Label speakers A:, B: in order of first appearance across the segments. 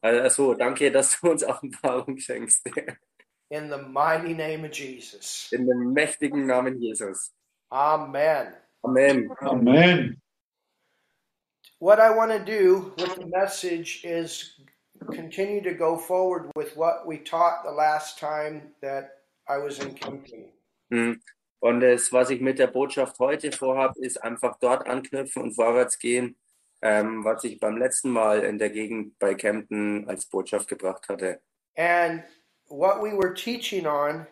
A: Also, danke, dass du uns Offenbarung schenkst.
B: in the mighty name of Jesus.
A: In dem mächtigen Namen Jesus.
B: Amen.
A: Amen.
C: Amen.
B: What I want to do with the message is continue to go forward with what we taught the last time that I was in Kentucky.
A: Hm. Und das, was ich mit der Botschaft heute vorhabe, ist einfach dort anknüpfen und vorwärts gehen, ähm, was ich beim letzten Mal in der Gegend bei Kempten als Botschaft gebracht hatte.
B: And what we were teaching on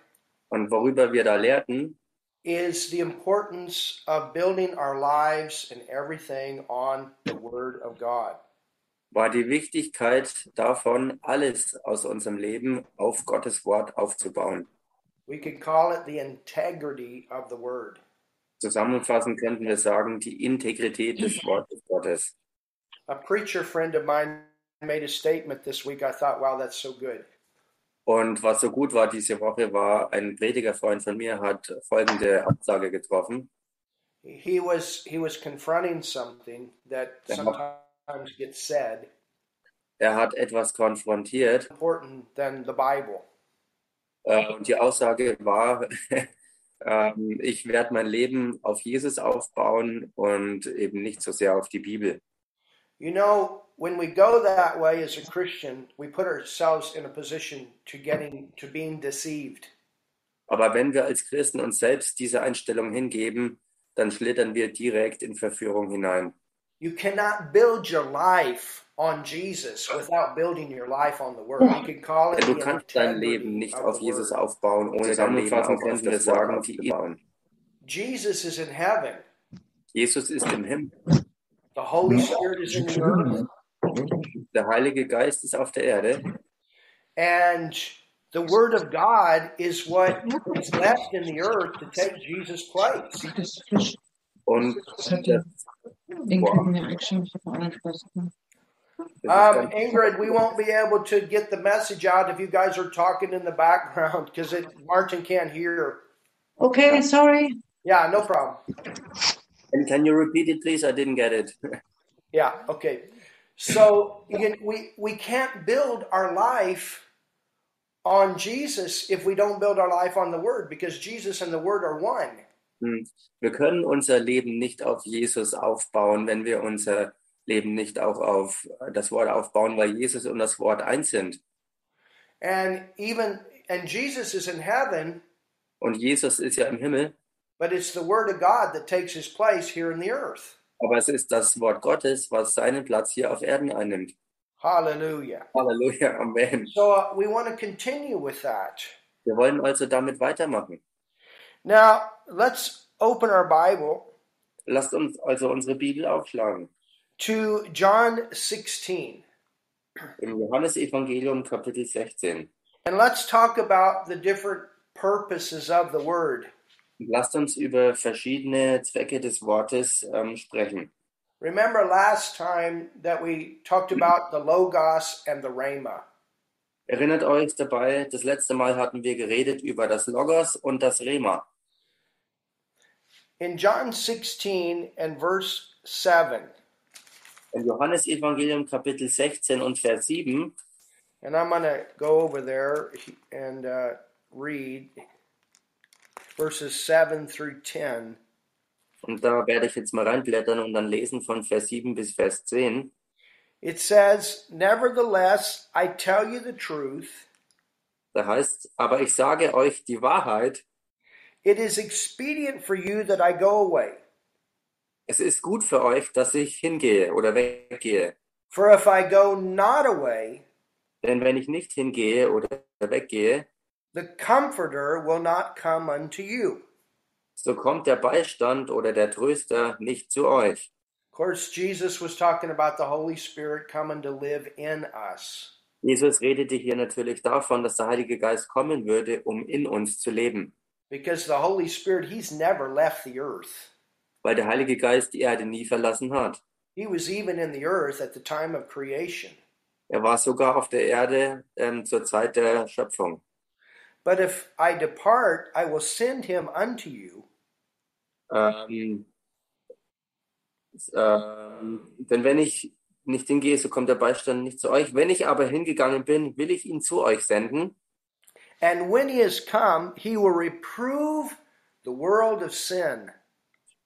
A: Und worüber wir da lehrten,
B: is the importance of building our lives and everything on the Word of God.
A: war die Wichtigkeit davon, alles aus unserem Leben auf Gottes Wort aufzubauen.
B: We could call it the integrity of the Word.
A: Zusammenfassend könnten wir sagen, die Integrität des Wortes Gottes.
B: A preacher friend of mine made a statement this week. I thought, wow, that's so good.
A: Und was so gut war diese Woche, war ein Predigerfreund von mir hat folgende Absage getroffen.
B: he was he was confronting something that
A: Yeah.
B: sometimes gets said
A: Er hat etwas konfrontiert
B: important than the bible
A: äh, und die Aussage war, ähm, ich werde mein Leben auf Jesus aufbauen und eben nicht so sehr auf die Bibel.
B: you know when we go that way as a christian we put ourselves in a position to getting to being deceived
A: Aber wenn wir als Christen uns selbst diese Einstellung hingeben, dann schlittern wir direkt in Verführung hinein.
B: you cannot build your life on jesus without building your life on the word you could call it
A: Denn du
B: the
A: kannst dein
B: integrity
A: Leben nicht
B: of
A: auf
B: the
A: Jesus
B: word.
A: aufbauen, ohne dein Leben auch
D: Zusammenfassend
A: auf
D: könnten wir
A: das
D: sagen,
A: Wort
D: die-
A: aufzubauen.
B: jesus is in heaven
A: Jesus ist im Himmel.
B: the holy spirit is in the earth
A: Der Heilige Geist ist auf der Erde
B: And the word of God is what is left in the earth to take Jesus' place.
A: und das,
E: Den kriegen wir eigentlich schon angesprochen.
A: das
B: Um,
A: ist
B: Ingrid, we won't be able to get the message out if you guys are talking in the background because Martin can't hear.
E: Okay, sorry.
B: Yeah, no problem.
A: dann, can you repeat it, please? I didn't get it.
B: Yeah, okay. So you- we we can't build our life on Jesus if we don't build our life on the Word because Jesus and the Word are one.
A: Hm. Wir können unser Leben nicht auf Jesus aufbauen, wenn wir unser Leben nicht auch auf äh, das Wort aufbauen, weil Jesus und das Wort eins sind.
B: And even and Jesus is in heaven
A: Und Jesus ist ja im Himmel,
B: But it's the Word of God that takes his place here in the earth.
A: aber es ist das Wort Gottes, was seinen Platz hier auf Erden einnimmt.
B: Hallelujah.
A: Halleluja, Amen.
B: So uh, we want to continue with that.
A: Wir wollen also damit weitermachen.
B: Now, let's open our Bible
A: Lasst uns also unsere Bibel aufschlagen.
B: to John 16.
A: Im Johannesevangelium Kapitel 16.
B: And let's talk about the different purposes of the Word.
A: Und Lasst uns über verschiedene Zwecke des Wortes ähm, sprechen.
B: Remember last time that we talked about the Logos and the Rhema.
A: Erinnert euch dabei, das letzte Mal hatten wir geredet über das Logos und das Rema.
B: In John 16 and verse 7,
A: Im Johannesevangelium Kapitel 16 und Vers 7,
B: And I'm going to go over there and uh, read verses 7 through 10.
A: und da werde ich jetzt mal reinblättern und dann lesen von Vers 7 bis Vers 10.
B: It says, Nevertheless, I tell you the truth.
A: Da heißt, aber ich sage euch die Wahrheit,
B: It is expedient for you that I go away.
A: es ist gut für euch, dass ich hingehe oder weggehe.
B: For if I go not away,
A: Denn wenn ich nicht hingehe oder weggehe,
B: the Comforter will not come unto you.
A: so kommt der Beistand oder der Tröster nicht zu euch.
B: Of course, Jesus was talking about the Holy Spirit coming to live in us.
A: Jesus redete hier natürlich davon, dass der Heilige Geist kommen würde, um in uns zu leben.
B: Because the Holy Spirit, He's never left the earth.
A: weil der Heilige Geist die Erde nie verlassen hat.
B: He was even in the earth at the time of creation.
A: Er war sogar auf der Erde ähm, zur Zeit der Schöpfung.
B: But if I depart, I will send him unto you.
A: Ähm, ähm, denn wenn ich nicht hingehe, so kommt der Beistand nicht zu euch. Wenn ich aber hingegangen bin, will ich ihn zu euch senden.
B: And when he is come, he will reprove the world of sin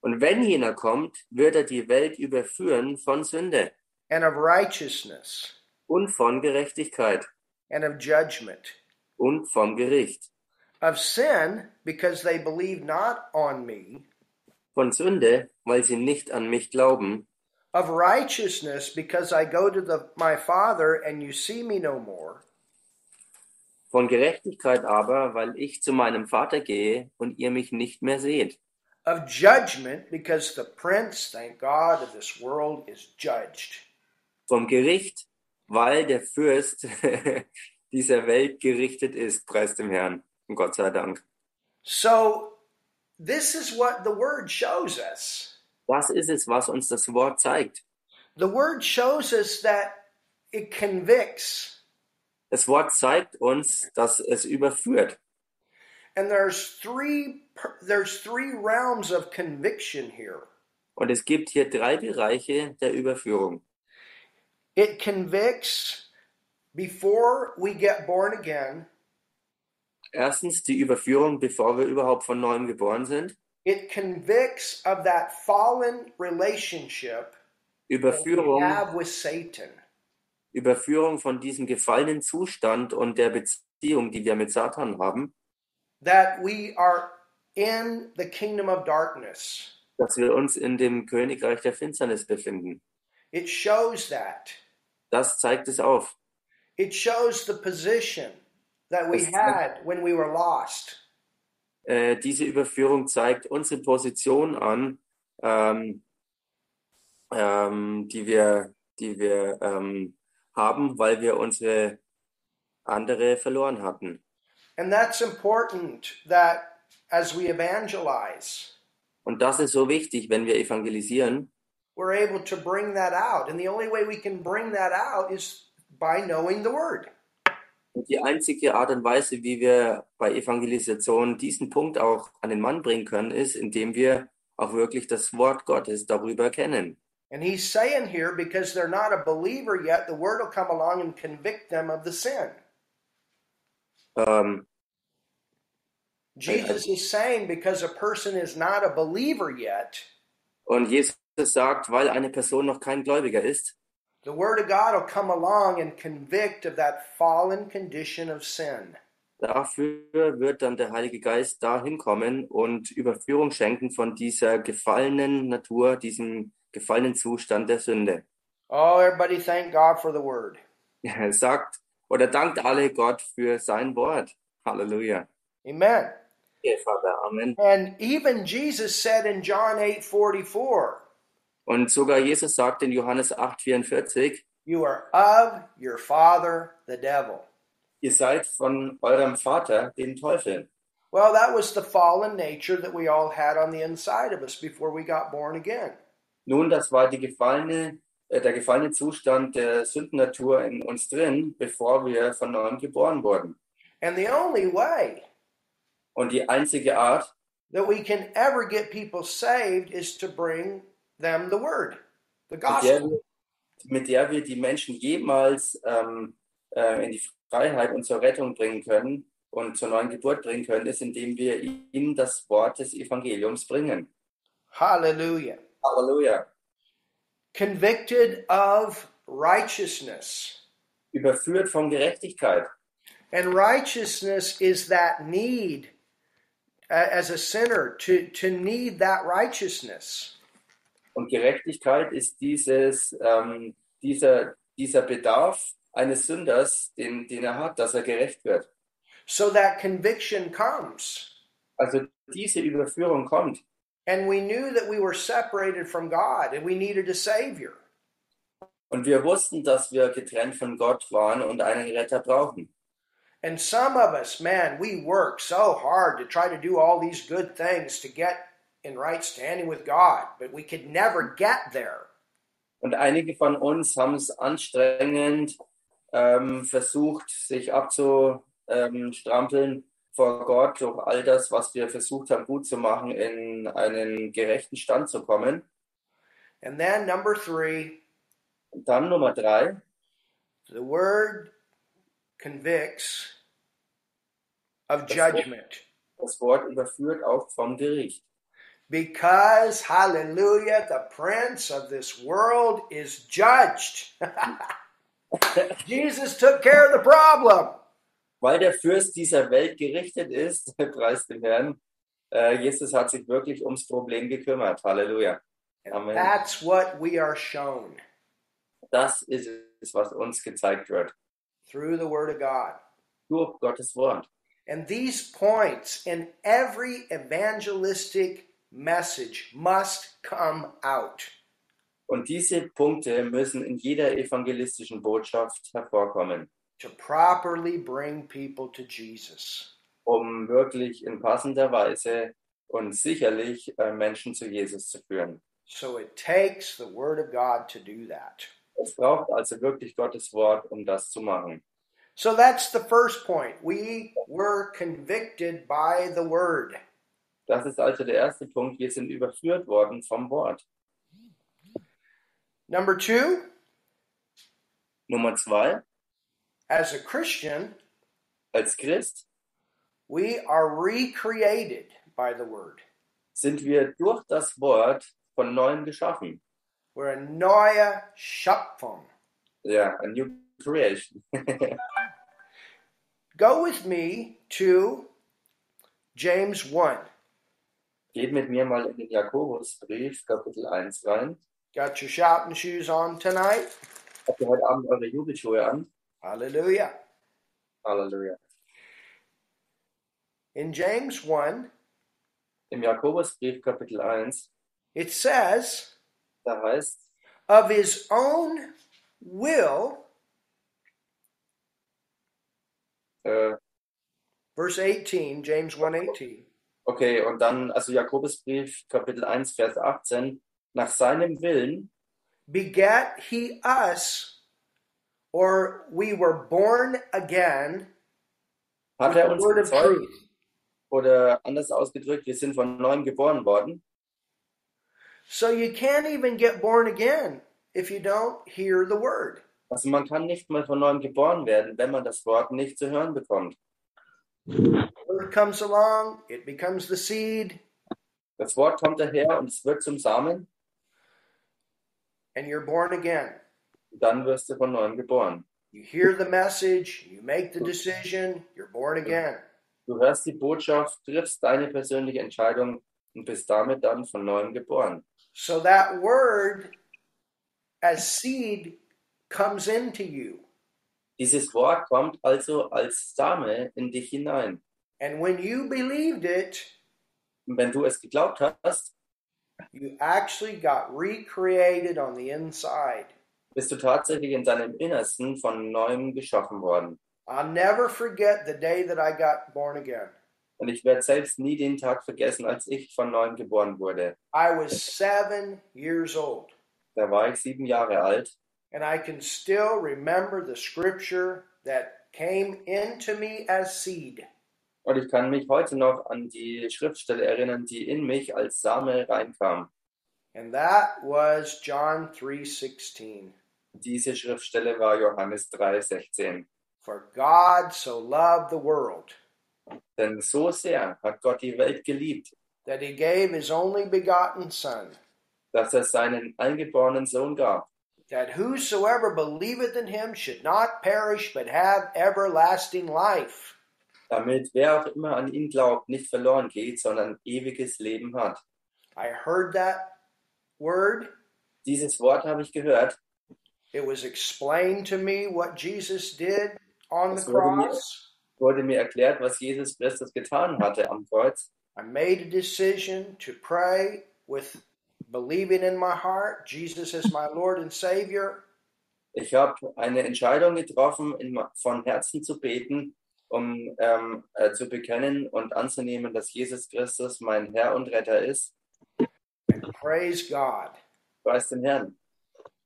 A: Und wenn jener kommt, wird er die Welt überführen von Sünde
B: and of righteousness
A: und von Gerechtigkeit
B: and of judgment.
A: und vom Gericht.
B: Of sin, because they believe not on me.
A: Von Sünde, weil sie nicht an mich glauben.
B: Of righteousness, because I go to the, my Father and you see me no more.
A: Von Gerechtigkeit aber, weil ich zu meinem Vater gehe und ihr mich nicht mehr seht.
B: Of judgment, because the prince, thank God, of this world is judged.
A: Vom Gericht, weil der Fürst dieser Welt gerichtet ist, preis dem Herrn. Und Gott sei Dank.
B: So, this is what the word shows us.
A: Das ist es, was uns das Wort zeigt.
B: The word shows us that it convicts,
A: Das Wort zeigt uns, dass es überführt.
B: and there's three per- there's three realms of conviction here.
A: Und es gibt hier drei Bereiche der Überführung.
B: It convicts before we get born again.
A: Erstens die Überführung, bevor wir überhaupt von neuem geboren sind.
B: It convicts of that fallen relationship that we
A: Überführung,
B: have with Satan.
A: Überführung von diesem gefallenen Zustand und der Beziehung, die wir mit Satan haben,
B: That we are in the kingdom of darkness.
A: dass wir uns in dem Königreich der Finsternis befinden.
B: It shows that.
A: Das zeigt es auf.
B: It shows the position that we
A: It's like-
B: had when we were lost.
A: Äh, diese Überführung zeigt unsere Position an, ähm, ähm, die wir, die wir ähm, haben, weil wir unsere andere verloren hatten.
B: And that's important that as we evangelize,
A: Und das ist so wichtig, wenn wir evangelisieren.
B: we're able to bring that out. And the only way we can bring that out is by knowing the word.
A: Und die einzige Art und Weise, wie wir bei Evangelisation diesen Punkt auch an den Mann bringen können, ist, indem wir auch wirklich das Wort Gottes darüber kennen.
B: And he's saying here, because they're not a believer yet, the word will come along and convict them of the sin.
A: Ähm,
B: Jesus is saying, because a person is not a believer yet,
A: und Jesus sagt, weil eine Person noch kein Gläubiger ist,
B: the word of God will come along and convict of that fallen condition of sin.
A: Dafür wird dann der Heilige Geist dahin kommen und Überführung schenken von dieser gefallenen Natur, diesem gefallenen Zustand der Sünde.
B: Oh, everybody, thank God for the word.
A: Er sagt oder dankt alle Gott für sein Wort. Halleluja.
B: Amen.
A: Okay, Vater, Amen.
B: And even Jesus said in John 8 44,
A: Und sogar Jesus sagt in Johannes 8,44,
B: You are of your father, the devil.
A: ihr seid von eurem Vater, dem Teufel.
B: Well, that was the fallen nature that we all had on the inside of us before we got born again.
A: Nun, das war die gefallene, äh, der gefallene Zustand der Sündennatur in uns drin, bevor wir von neuem geboren wurden.
B: And the only way
A: Und die einzige Art,
B: that we can ever get people saved is to bring them the word, the
A: mit der,
B: gospel.
A: wir- mit der wir die Menschen jemals ähm, äh, in die Freiheit und zur Rettung bringen können und zur neuen Geburt bringen können, ist, indem wir ihnen das Wort des Evangeliums bringen.
B: Hallelujah.
A: Halleluja.
B: Convicted of righteousness.
A: Überführt von Gerechtigkeit.
B: And righteousness is that need uh, as a sinner to, to need that righteousness.
A: Und Gerechtigkeit ist dieses, ähm, dieser, dieser Bedarf eines Sünders, den, den er hat, dass er gerecht wird.
B: So that conviction comes.
A: Also diese Überführung kommt.
B: And we knew that we were separated from God and we needed a Savior.
A: Und wir wussten, dass wir getrennt von Gott waren und einen Retter brauchen.
B: And some of us, man, we work so hard to try to do all these good things to get in right standing with God, but we could never get there.
A: Und einige von uns haben es anstrengend ähm, versucht, sich abzustrampeln vor Gott durch all das, was wir versucht haben, gut zu machen, in einen gerechten Stand zu kommen.
B: And then, number three,
A: Dann Nummer drei,
B: The word convicts of judgment
A: das Wort überführt auch vom Gericht.
B: because, hallelujah, the prince of this world is judged. Jesus took care of the problem.
A: Weil der Fürst dieser Welt gerichtet ist, preis dem Herrn, äh, Jesus hat sich wirklich ums Problem gekümmert. Halleluja. Amen.
B: That's what we are shown
A: Das ist es, was uns gezeigt wird.
B: through the Word of God.
A: Durch Gottes Wort.
B: And these points in every evangelistic message must come out.
A: Und diese Punkte müssen in jeder evangelistischen Botschaft hervorkommen,
B: to properly bring people to Jesus.
A: um wirklich in passender Weise und sicherlich äh, Menschen zu Jesus zu führen.
B: So it takes the Word of God to do that.
A: Es braucht also wirklich Gottes Wort, um das zu machen.
B: So that's the first point. We were convicted by the Word.
A: Das ist also der erste Punkt. Wir sind überführt worden vom Wort.
B: Number two,
A: Nummer zwei,
B: as a Christian,
A: als Christ
B: we are recreated by the Word.
A: sind wir durch das Wort von neuem geschaffen.
B: We're a noia shapfung.
A: Ja, a new creation.
B: Go with me to James 1.
A: Geht mit mir mal in den Jakobusbrief, Kapitel 1 rein.
B: Got your shouting shoes on tonight?
A: Habt ihr heute Abend eure Jubelschuhe an?
B: Hallelujah.
A: Halleluja.
B: In James 1,
A: Im Jakobusbrief, Kapitel 1,
B: it says,
A: da heißt,
B: of his own will,
A: äh,
B: verse 18, James 1:18.
A: okay, und dann, also Jakobusbrief, Kapitel 1, Vers 18, nach seinem Willen
B: Begat he us, or we were born again,
A: hat er
B: the
A: uns
B: word of
A: gezeugt,
B: truth.
A: oder anders ausgedrückt, wir sind von neuem geboren worden.
B: So you can't even get born again if you don't hear the word.
A: Also man kann nicht mal von neuem geboren werden, wenn man das Wort nicht zu hören bekommt.
B: Word comes along, it becomes the seed,
A: Das Wort kommt daher und es wird zum Samen,
B: and you're born again.
A: dann wirst du von neuem geboren.
B: You hear the message, you make the decision, you're born again.
A: Du hörst die Botschaft, triffst deine persönliche Entscheidung und bist damit dann von neuem geboren.
B: So that word as seed comes into you.
A: Dieses Wort kommt also als Same in dich hinein.
B: And when you believed it,
A: Und wenn du es geglaubt hast,
B: you actually got recreated on the inside.
A: bist du tatsächlich in deinem Innersten von neuem geschaffen worden.
B: I'll never forget the day that I got born again.
A: Und ich werde selbst nie den Tag vergessen, als ich von neuem geboren wurde.
B: I was seven years old,
A: Da war ich sieben Jahre alt
B: and I can still remember the scripture that came into me as seed.
A: und ich kann mich heute noch an die Schriftstelle erinnern, die in mich als Same reinkam.
B: And that was John 3:16.
A: Diese Schriftstelle war Johannes 3,16.
B: For God so loved the world
A: Denn so sehr hat Gott die Welt geliebt,
B: that he gave his only begotten son
A: dass er seinen eingeborenen Sohn gab,
B: that whosoever believeth in him should not perish but have everlasting life.
A: damit wer auch immer an ihn glaubt, nicht verloren geht, sondern ewiges Leben hat.
B: I heard that word.
A: Dieses Wort habe ich gehört.
B: It was explained to me what Jesus did on the
A: That's what it means.
B: cross.
A: Wurde mir erklärt, was Jesus Christus getan hatte am Kreuz.
B: I made a decision to pray with believing in my heart Jesus is my Lord and Savior.
A: Ich habe eine Entscheidung getroffen, in, ma- von Herzen zu beten, um ähm, äh, zu bekennen und anzunehmen, dass Jesus Christus mein Herr und Retter ist.
B: And praise God,
A: Preis dem Herrn.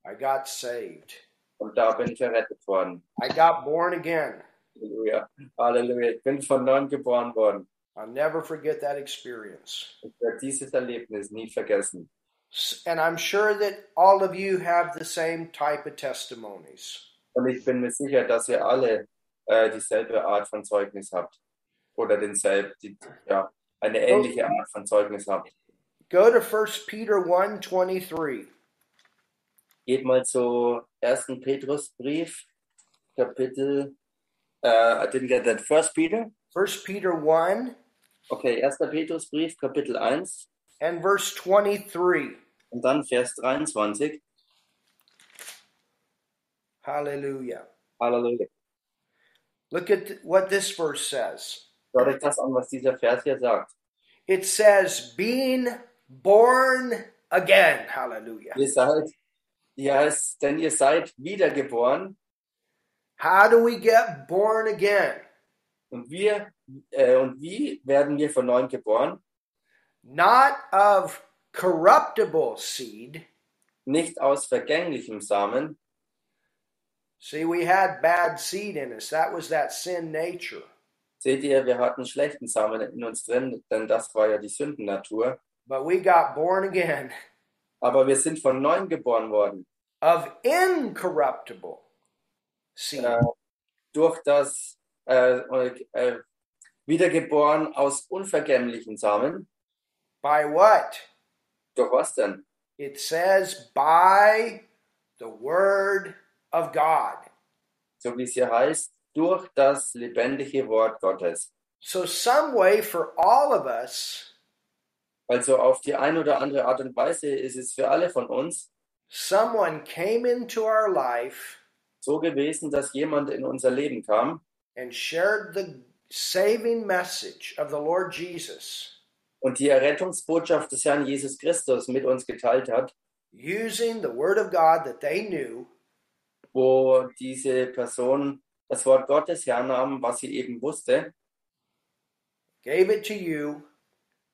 B: I got saved.
A: Und da bin ich errettet worden.
B: I got born again.
A: Halleluja. Halleluja. Ich bin von neuem geboren worden.
B: I'll never forget that experience.
A: Ich werde dieses Erlebnis nie vergessen.
B: S- And I'm sure that all of you have the same type of testimonies.
A: Und ich bin mir sicher, dass ihr alle äh, dieselbe Art von Zeugnis habt. Oder denselben, die, ja, eine ähnliche Art von Zeugnis habt.
B: Go to 1 Peter 1 23.
A: Geht mal zu 1. Petrusbrief, Kapitel, äh, I didn't get that. First Peter?
B: 1 Peter 1
A: Okay, 1. Petrusbrief, Kapitel 1
B: and verse 23.
A: und dann Vers 23.
B: Hallelujah.
A: Halleluja.
B: Look at th- what this verse says.
A: Schaut euch das an, was dieser Vers hier sagt.
B: It says, being born again. Hallelujah.
A: Ihr seid, hier heißt, denn ihr seid wiedergeboren
B: How do we get born again?
A: und wir, äh, und wie werden wir von neuem geboren?
B: Not of corruptible seed.
A: Nicht aus vergänglichem Samen.
B: See, we had bad seed in us. That was that sin nature.
A: Seht ihr, wir hatten schlechten Samen in uns drin, denn das war ja die Sündennatur.
B: But we got born again
A: Aber wir sind von neuem geboren worden.
B: of incorruptible seed.
A: Äh, durch das äh, äh, wiedergeboren aus unvergänglichen Samen.
B: By what?
A: Durch was denn?
B: It says, by the word of God.
A: so wie es hier heißt, durch das lebendige Wort Gottes.
B: So, some way for all of us,
A: Also auf die eine oder andere Art und Weise ist es für alle von uns
B: someone came into our life
A: so gewesen, dass jemand in unser Leben kam
B: and shared the saving message of the Lord Jesus
A: und die Errettungsbotschaft des Herrn Jesus Christus mit uns geteilt hat,
B: using the word of God that they knew
A: wo diese Person das Wort Gottes hernahm, was sie eben wusste,
B: gave it to you,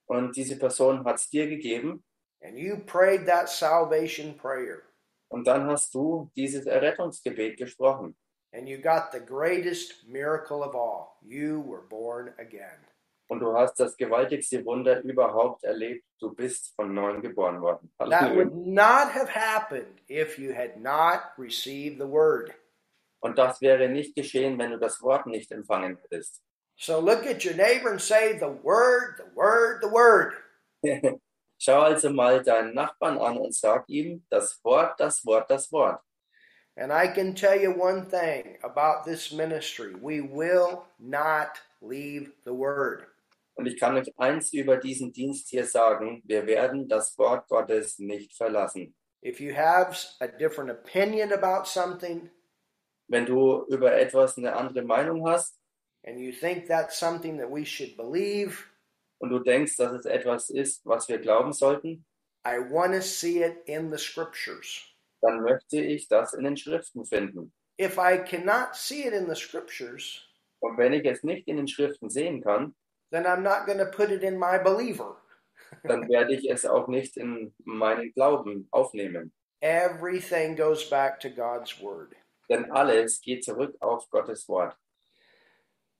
A: und diese Person hat es dir gegeben,
B: and you prayed that salvation prayer,
A: und dann hast du dieses Errettungsgebet gesprochen.
B: and you got the greatest miracle of all. You were born again.
A: Und du hast das gewaltigste Wunder überhaupt erlebt. Du bist von neuem geboren worden.
B: That
A: Halleluja.
B: would not have happened if you had not received the word.
A: Und das wäre nicht geschehen, wenn du das Wort nicht empfangen hättest.
B: So look at your neighbor and say, The word, the word, the word.
A: Schau also mal deinen Nachbarn an und sag ihm, das Wort, das Wort, das Wort.
B: And I can tell you one thing about this ministry we will not leave the word.
A: Und ich kann euch eins über diesen Dienst hier sagen, wir werden das Wort Gottes nicht verlassen.
B: If you have a different opinion about something
A: Wenn du über etwas eine andere Meinung hast
B: and you think that's something that we should believe,
A: und du denkst, dass es etwas ist, was wir glauben sollten,
B: I want to see it in the scriptures.
A: dann möchte ich das in den Schriften finden.
B: If I cannot see it in the scriptures,
A: Und wenn ich es nicht in den Schriften sehen kann,
B: then I'm not going to put it in my believer.
A: dann werde ich es auch nicht in meinen Glauben aufnehmen.
B: Everything goes back to God's word.
A: Denn alles geht zurück auf Gottes Wort.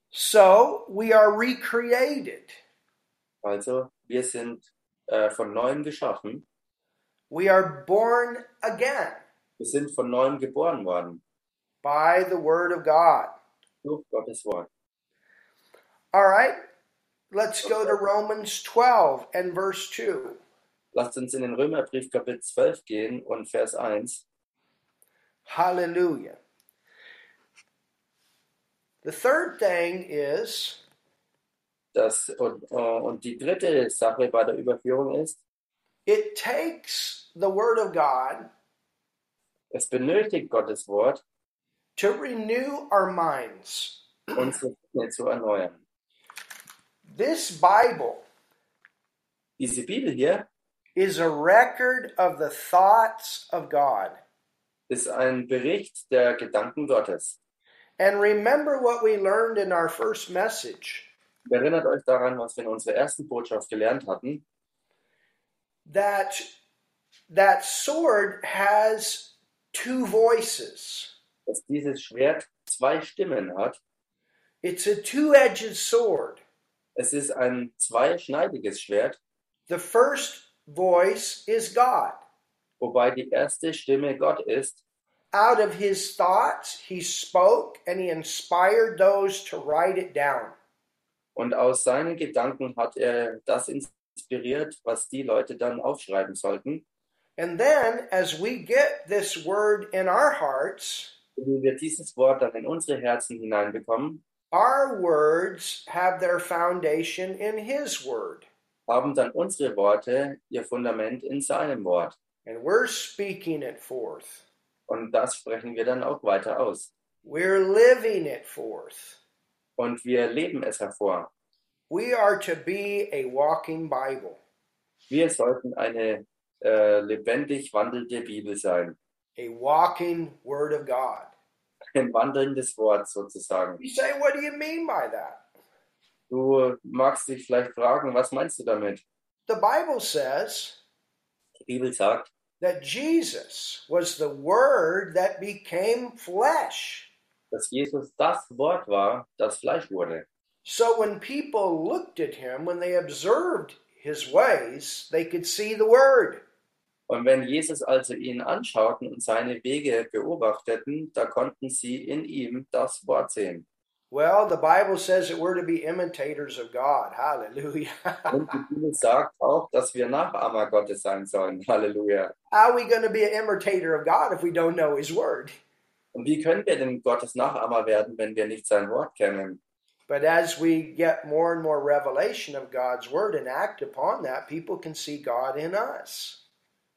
B: So we are recreated.
A: Also wir sind äh, von neuem geschaffen.
B: We are born again
A: Wir sind von neuem geboren worden
B: by the word of God.
A: durch Gottes Wort.
B: All right. Let's go to Romans 12 and verse 2.
A: Lasst uns in den Römerbrief Kapitel 12 gehen und Vers 1.
B: Hallelujah. The third thing is
A: Das, und, äh, und die dritte Sache bei der Überführung ist,
B: it takes the word of God
A: es benötigt Gottes Wort,
B: to renew our minds.
A: unsere Sinne zu erneuern.
B: This Bible
A: Diese Bibel hier
B: is a record of the thoughts of God.
A: ist ein Bericht der Gedanken Gottes.
B: And remember what we learned in our first message
A: Erinnert euch daran, was wir in unserer ersten Botschaft gelernt hatten,
B: that that sword has two voices.
A: dass dieses Schwert zwei Stimmen hat.
B: It's a two-edged sword.
A: Es ist ein zweischneidiges Schwert.
B: The first voice is God.
A: wobei die erste Stimme Gott ist.
B: Out of his thoughts, he spoke and he inspired those to write it down.
A: Und aus seinen Gedanken hat er das inspiriert, was die Leute dann aufschreiben sollten.
B: And then, as we get this word in our hearts,
A: Wenn wir dieses Wort dann in unsere Herzen hineinbekommen,
B: our words have their foundation in his word.
A: haben dann unsere Worte ihr Fundament in seinem Wort.
B: And we're speaking it forth,
A: Und das sprechen wir dann auch weiter aus.
B: we're living it forth.
A: Und wir leben es hervor.
B: We are to be a walking Bible,
A: Wir sollten eine äh, lebendig wandelnde Bibel sein.
B: a walking Word of God.
A: Ein wandelndes Wort sozusagen.
B: You say, what do you mean by that?
A: Du magst dich vielleicht fragen, was meinst du damit?
B: The Bible says
A: Die Bibel sagt,
B: that Jesus was the Word that became flesh.
A: dass Jesus das Wort war, das Fleisch wurde.
B: So when people looked at him, when they observed his ways, they could see the Word.
A: Und wenn Jesus also ihn anschauten und seine Wege beobachteten, da konnten sie in ihm das Wort sehen.
B: Well, the Bible says that we're to be imitators of God. Hallelujah.
A: Und die Bibel sagt auch, dass wir Nachahmer Gottes sein sollen. Halleluja.
B: How are we going to be an imitator of God if we don't know His Word?
A: Und wie können wir denn Gottes Nachahmer werden, wenn wir nicht sein Wort kennen?
B: But as we get more and more revelation of God's Word and act upon that, people can see God in us.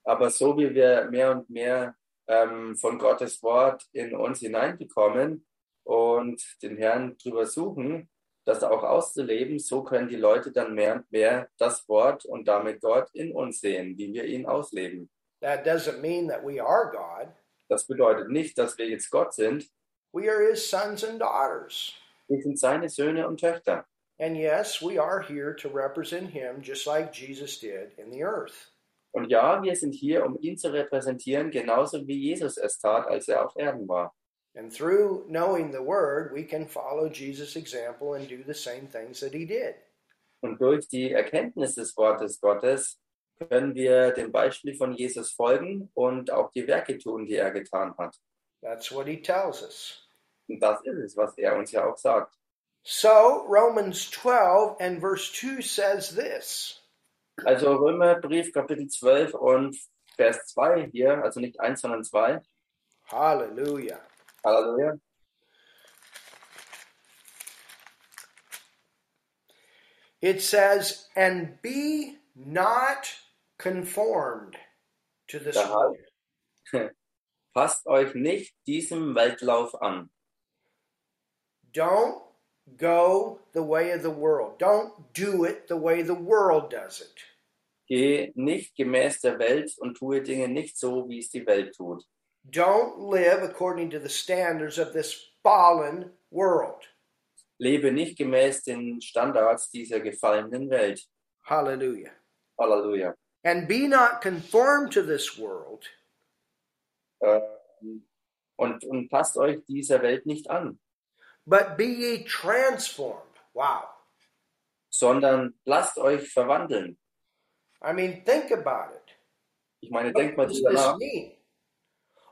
A: Aber so wie wir mehr und mehr ähm, von Gottes Wort in uns hineinbekommen und den Herrn drüber suchen, das auch auszuleben, so können die Leute dann mehr und mehr das Wort und damit Gott in uns sehen, wie wir ihn ausleben.
B: That doesn't mean that we are God,
A: Das bedeutet nicht, dass wir jetzt Gott sind.
B: we are His sons and daughters.
A: Wir sind seine Söhne und Töchter.
B: And yes, we are here to represent Him just like Jesus did in the earth.
A: Und ja, wir sind hier, um ihn zu repräsentieren, genauso wie Jesus es tat, als er auf Erden war.
B: And through knowing the Word, we can follow Jesus' example and do the same things that He did.
A: Und durch die Erkenntnis des Wortes Gottes können wir dem Beispiel von Jesus folgen und auch die Werke tun, die er getan hat.
B: That's what He tells us.
A: Und das ist es, was er uns ja auch sagt.
B: So, Romans 12 and verse 2 says this.
A: Also Römerbrief Kapitel 12 und Vers 2 hier, also nicht 1, sondern 2.
B: Hallelujah.
A: Halleluja.
B: It says, and be not conformed to this
A: Yeah.
B: world.
A: Passt euch nicht diesem Weltlauf an.
B: Don't go the way of the world. Don't do it the way the world does it.
A: Geh nicht gemäß der Welt und tue Dinge nicht so, wie es die Welt tut.
B: Don't live according to the standards of this fallen world.
A: Lebe nicht gemäß den Standards dieser gefallenen Welt.
B: Hallelujah.
A: Halleluja.
B: And be not conformed to this world,
A: Ähm, und, und passt euch dieser Welt nicht an,
B: but be ye transformed. Wow.
A: sondern lasst euch verwandeln.
B: I mean, think about it.
A: Ich meine, denkt mal
B: What does
A: drüber
B: this
A: nach.
B: mean?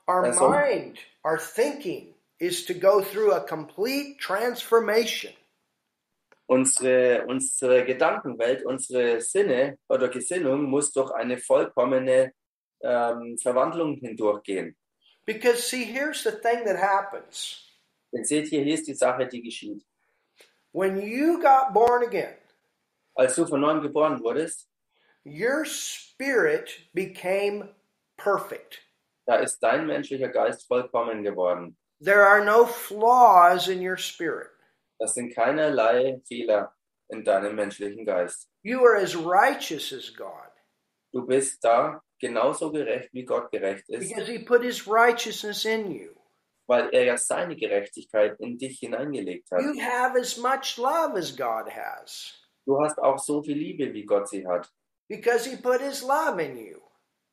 B: Our
A: Yeah, so-
B: mind, our thinking is to go through a complete transformation.
A: Unsere, unsere Gedankenwelt, unsere Sinne oder Gesinnung muss durch eine vollkommene ähm, Verwandlung hindurchgehen.
B: Because, see, here's the thing that happens
A: Denn seht ihr, hier ist die Sache, die geschieht.
B: when you got born again,
A: Als du von neuem geboren wurdest,
B: your spirit became perfect.
A: da ist dein menschlicher Geist vollkommen geworden.
B: There are no flaws in your spirit.
A: Das sind keinerlei Fehler in deinem menschlichen Geist.
B: You are as righteous as God
A: Du bist da genauso gerecht, wie Gott gerecht ist.
B: because He put His righteousness in you.
A: weil er ja seine Gerechtigkeit in dich hineingelegt hat.
B: You have as much love as God has
A: Du hast auch so viel Liebe, wie Gott sie hat,
B: because He put His love in you.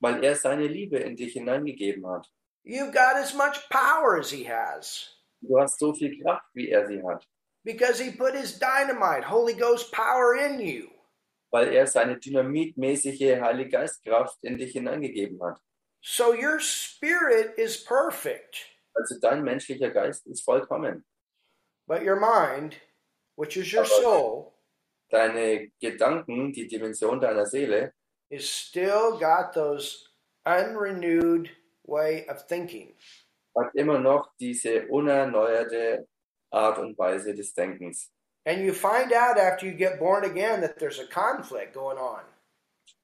A: weil er seine Liebe in dich hineingegeben hat.
B: You've got as much power as he has
A: Du hast so viel Kraft, wie er sie hat,
B: because he put his dynamite, Holy Ghost power in you.
A: weil er seine dynamitmäßige Heilige Geistkraft in dich hineingegeben hat.
B: So your spirit is perfect,
A: Also dein menschlicher Geist ist vollkommen.
B: but your mind, which is your
A: Aber-
B: soul,
A: Deine Gedanken, die Dimension deiner Seele,
B: is still got those unrenewed way of thinking.
A: hat immer noch diese unerneuerte Art und Weise des Denkens.
B: And you find out after you get born again that there's a conflict going on.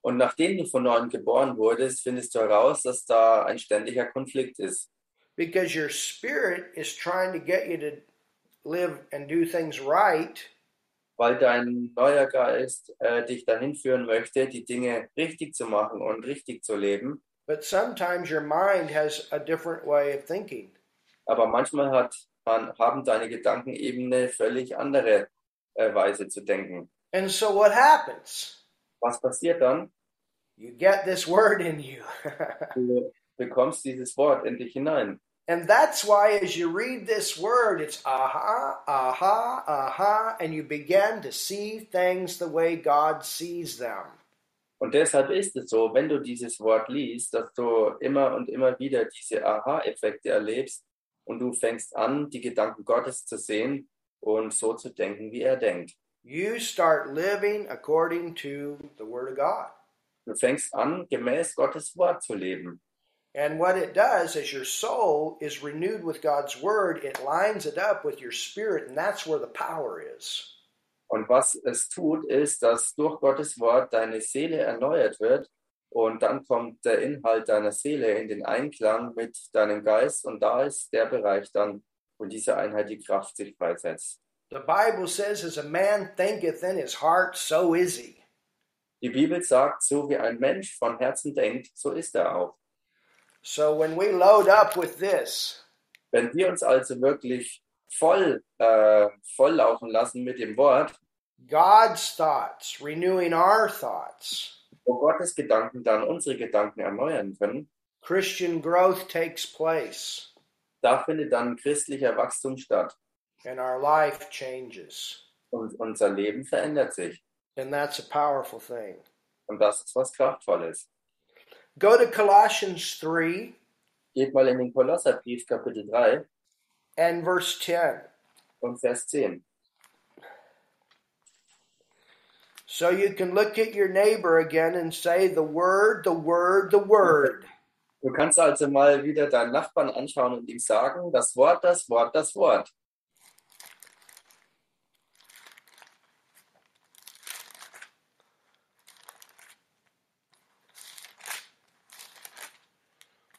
A: Und nachdem du von neuem geboren wurdest, findest du heraus, dass da ein ständiger Konflikt ist.
B: because your spirit is trying to get you to live and do things right,
A: weil dein neuer Geist äh, dich dahin führen möchte, die Dinge richtig zu machen und richtig zu leben.
B: but sometimes your mind has a different way of thinking.
A: Aber manchmal hat, han- haben deine Gedanken eben eine völlig andere äh, Weise zu denken.
B: And so what happens?
A: Was passiert dann?
B: You get this word in you.
A: Du bekommst dieses Wort in dich hinein.
B: and that's why as you read this word, it's aha, aha, aha, and you begin to see things the way God sees them.
A: Und deshalb ist es so, wenn du dieses Wort liest, dass du immer und immer wieder diese Aha-Effekte erlebst und du fängst an, die Gedanken Gottes zu sehen und so zu denken, wie er denkt.
B: You start living according to the word of God.
A: Du fängst an, gemäß Gottes Wort zu leben.
B: And what it does is your soul is renewed with God's word. It lines it up with your spirit, and that's where the power is.
A: Und was es tut, ist, dass durch Gottes Wort deine Seele erneuert wird und dann kommt der Inhalt deiner Seele in den Einklang mit deinem Geist und da ist der Bereich dann, wo diese Einheit die Kraft sich freisetzt.
B: The Bible says, As a man thinketh in his heart, so is he.
A: Die Bibel sagt, so wie ein Mensch von Herzen denkt, so ist er auch.
B: So when we load up with this,
A: Wenn wir uns also wirklich voll, äh, voll laufen lassen mit dem Wort,
B: God's thoughts, renewing our thoughts,
A: wo Gottes Gedanken dann unsere Gedanken erneuern können,
B: Christian growth takes place,
A: Da findet dann christlicher Wachstum statt
B: and our life changes.
A: und unser Leben verändert sich.
B: And that's a powerful thing.
A: Und das ist was Kraftvolles.
B: Go to Colossians 3
A: Geht mal in den Kolosserbrief Kapitel 3
B: and verse 10.
A: und Vers 10.
B: So you can look at your neighbor again and say, The word, the word, the word.
A: Du kannst also mal wieder deinen Nachbarn anschauen und ihm sagen, das Wort, das Wort, das Wort.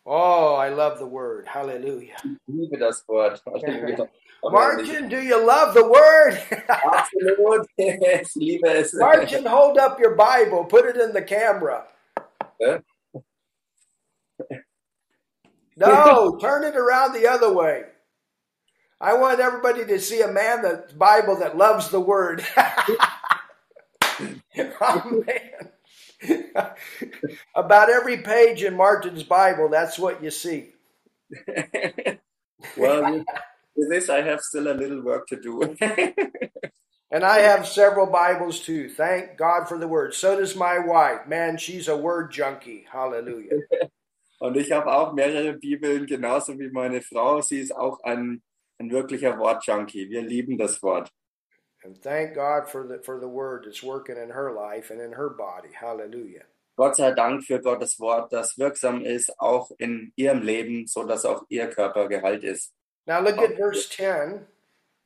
B: Oh, I love the word. Hallelujah.
A: Ich liebe das Wort. Halleluja.
B: Margin, do you love the word?
A: Absolut. Ich liebe es.
B: Margin, hold up your Bible, put it in the camera.
A: Huh?
B: No, turn it around the other way. I want everybody to see a man that Bible that loves the word. oh, man. About every page in Martin's Bible, that's what you see.
A: Well, with this I have still a little work to do.
B: And I have several Bibles too. Thank God for the word. So does my wife. Man, she's a word junkie. Hallelujah.
A: Und ich habe auch mehrere Bibeln, genauso wie meine Frau. Sie ist auch ein, ein wirklicher Wortjunkie. Wir lieben das Wort.
B: And thank God for the for the word that's working in her life and in her body. Hallelujah.
A: Gott sei Dank für Gottes Wort, das wirksam ist, auch in ihrem Leben, so dass auch ihr Körper geheilt ist.
B: Now look at verse 10.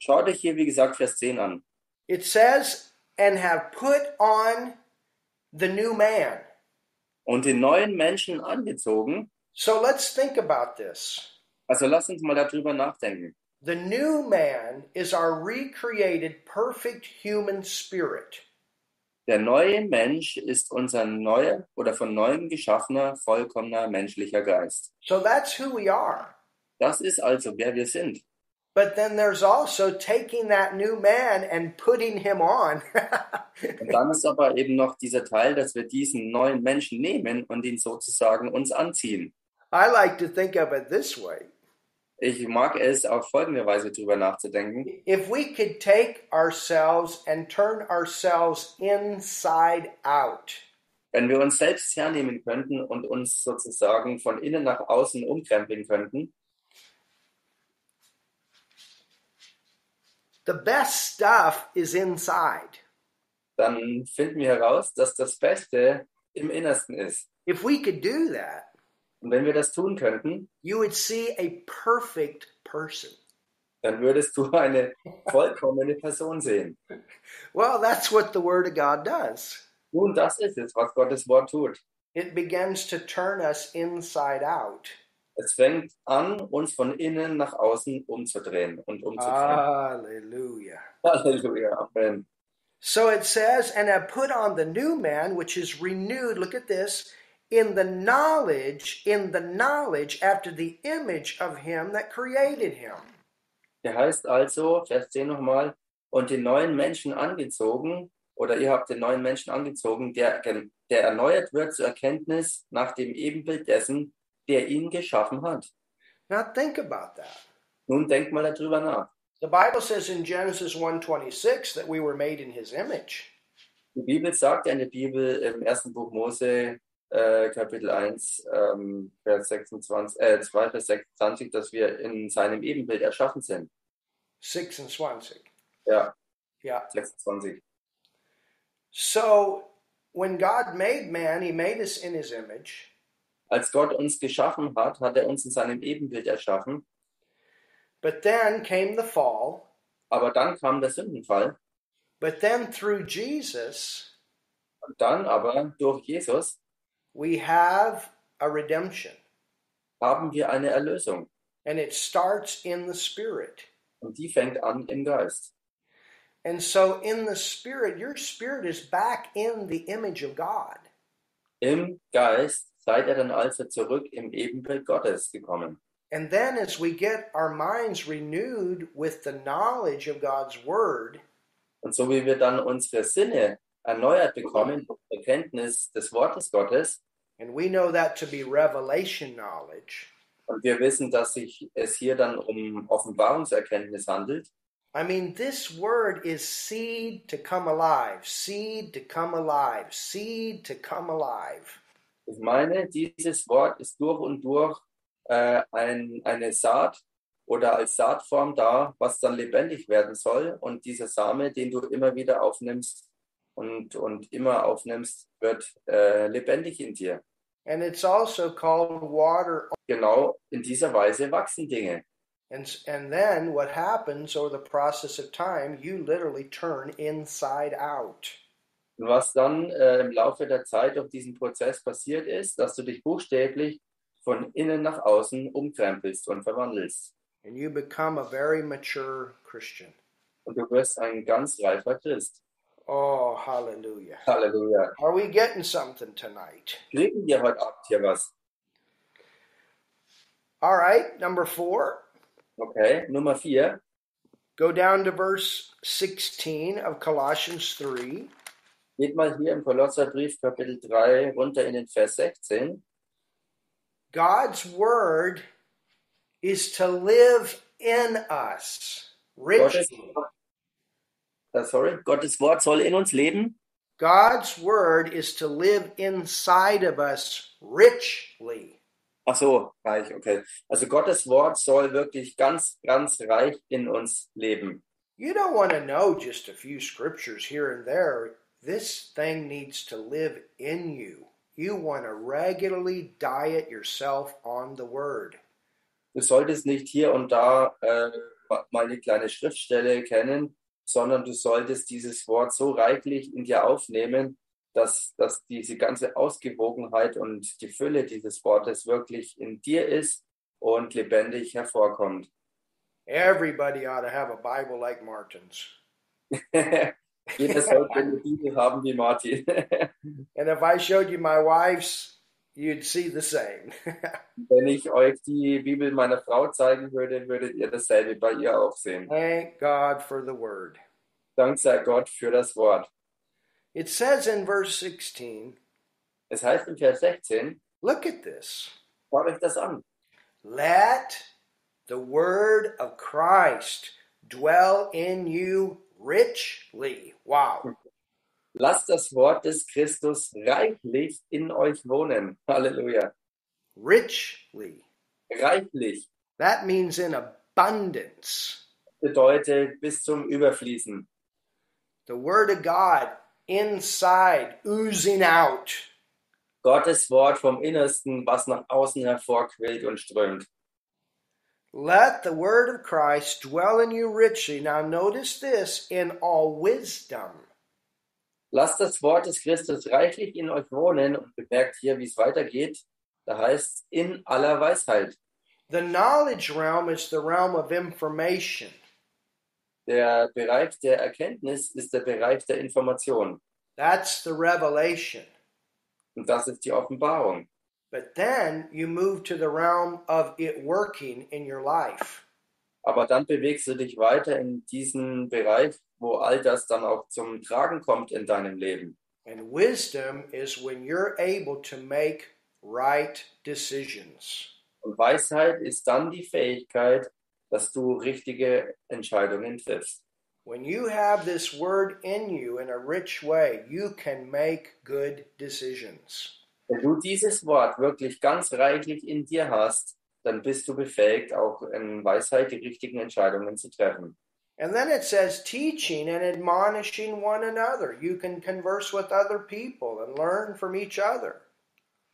A: Schaut euch hier, wie gesagt, Vers 10 an.
B: It says, and have put on the new man.
A: Und den neuen Menschen angezogen.
B: So let's think about this.
A: Also lasst uns mal darüber nachdenken.
B: The new man is our recreated perfect human spirit.
A: Der neue Mensch ist unser neuer oder von neuem geschaffener, vollkommener menschlicher Geist.
B: So that's who we are.
A: Das ist also, wer wir sind.
B: But then there's also taking that new man and putting him on.
A: Und dann ist aber eben noch dieser Teil, dass wir diesen neuen Menschen nehmen und ihn sozusagen uns anziehen.
B: I like to think of it this way.
A: Ich mag es, auf folgende Weise drüber nachzudenken.
B: If we could take ourselves and turn ourselves inside out,
A: Wenn wir uns selbst hernehmen könnten und uns sozusagen von innen nach außen umkrempeln könnten,
B: the best stuff is inside.
A: dann finden wir heraus, dass das Beste im Innersten ist.
B: If we could do that,
A: Und wenn wir das tun könnten,
B: you would see a perfect person.
A: dann würdest du eine vollkommene Person sehen.
B: Well, that's what the Word of God does.
A: Nun, das ist es, was Gottes Wort tut.
B: It begins to turn us inside out.
A: Es fängt an, uns von innen nach außen umzudrehen und
B: Ah.
A: umzukehren.
B: Hallelujah.
A: Halleluja, Amen.
B: So it says, and I put on the new man, which is renewed. Look at this in the knowledge, in the knowledge after the image of him that created him.
A: Der heißt also, Vers 10 nochmal, und den neuen Menschen angezogen, oder ihr habt den neuen Menschen angezogen, der, der erneuert wird zur Erkenntnis nach dem Ebenbild dessen, der ihn geschaffen hat.
B: Now think about that.
A: Nun denkt mal darüber nach.
B: The Bible says in Genesis 1:26 that we were made in his image.
A: Die Bibel sagt ja in der Bibel im ersten Buch Mose, äh, Kapitel 1, ähm, Vers 26, äh, 2, Vers 26, dass wir in seinem Ebenbild erschaffen sind.
B: 6 and Swansig.
A: Ja,
B: Yeah.
A: 26.
B: So when God made man, he made us in his image.
A: Als Gott uns geschaffen hat, hat er uns in seinem Ebenbild erschaffen.
B: But then came the fall.
A: Aber dann kam der Sündenfall.
B: But then through Jesus,
A: Und dann aber durch Jesus
B: we have a redemption.
A: haben wir eine Erlösung.
B: And it starts in the spirit.
A: Und die fängt an im Geist.
B: And so in the spirit, your spirit is back in the image of God.
A: Im Geist seid ihr dann also zurück im Ebenbild Gottes gekommen.
B: And then as we get our minds renewed with the knowledge of God's word,
A: Und so wie wir dann unsere Sinne erneuert bekommen durch die Erkenntnis des Wortes Gottes,
B: and we know that to be revelation knowledge,
A: und wir wissen, dass sich es hier dann um Offenbarungserkenntnis handelt,
B: I mean, this word is seed to come alive, seed to come alive, seed to come alive.
A: Ich meine, dieses Wort ist durch und durch äh, ein, eine Saat oder als Saatform da, was dann lebendig werden soll. Und dieser Same, den du immer wieder aufnimmst und, und immer aufnimmst, wird äh, lebendig in dir.
B: And it's also called water.
A: Genau in dieser Weise wachsen Dinge.
B: And, and then what happens over the process of time, you literally turn inside out.
A: Und was dann äh, im Laufe der Zeit durch diesen Prozess passiert ist, dass du dich buchstäblich von innen nach außen umkrempelst und verwandelst.
B: And you become a very mature Christian.
A: Und du wirst ein ganz reifer Christ.
B: Oh, hallelujah.
A: Halleluja.
B: Are we getting something tonight?
A: kriegen wir heute Abend hier was.
B: All right, number four.
A: Okay, Nummer vier.
B: Go down to verse 16 of Colossians 3.
A: Geht mal hier im Kolosserbrief Kapitel 3 runter in den Vers 16.
B: God's word is to live in us
A: Gottes,
B: richly.
A: Ah, sorry, Gottes Wort soll in uns leben.
B: God's word is to live inside of us richly.
A: Ach so, reich, okay. Also Gottes Wort soll wirklich ganz, ganz reich in uns leben.
B: You don't want to know just a few scriptures here and there. This thing needs to live in you. You want to regularly diet yourself on the word.
A: Du solltest nicht hier und da äh, mal eine kleine Schriftstelle kennen, sondern du solltest dieses Wort so reichlich in dir aufnehmen, dass, dass diese ganze Ausgewogenheit und die Fülle dieses Wortes wirklich in dir ist und lebendig hervorkommt.
B: Everybody ought to have a Bible like Martin's.
A: Jeder sollte eine Bibel haben wie Martin.
B: And if I showed you my wife's, you'd see the same.
A: Wenn ich euch die Bibel meiner Frau zeigen würde, würdet ihr dasselbe bei ihr auch sehen.
B: Thank God for the word.
A: Dank sei Gott für das Wort.
B: It says in verse 16,
A: Es heißt in Vers 16,
B: look at this.
A: schaut euch das an.
B: Let the word of Christ dwell in you richly. Wow.
A: Lasst das Wort des Christus reichlich in euch wohnen. Halleluja.
B: richly.
A: Reichlich
B: That means in abundance.
A: bedeutet bis zum Überfließen.
B: The Word of God inside, oozing out.
A: Gottes Wort vom Innersten, was nach außen hervorquillt und strömt.
B: Let the Word of Christ dwell in you richly. Now, notice this in all wisdom.
A: Lasst das Wort des Christus reichlich in euch wohnen und bemerkt hier, wie es weitergeht. Da heißt in aller Weisheit.
B: The knowledge realm is the realm of information.
A: Der Bereich der Erkenntnis ist der Bereich der Information.
B: That's the revelation.
A: Und das ist die Offenbarung.
B: But then you move to the realm of it working in your life.
A: Aber dann bewegst du dich weiter in diesen Bereich, wo all das dann auch zum Tragen kommt in deinem Leben.
B: And wisdom is when you're able to make right decisions.
A: Und Weisheit ist dann die Fähigkeit, dass du richtige Entscheidungen triffst.
B: When you have this word in you in a rich way, you can make good decisions.
A: Wenn du dieses Wort wirklich ganz reichlich in dir hast, dann bist du befähigt, auch in Weisheit die richtigen Entscheidungen zu treffen.
B: And then it says teaching and admonishing one another. You can converse with other people and learn from each other.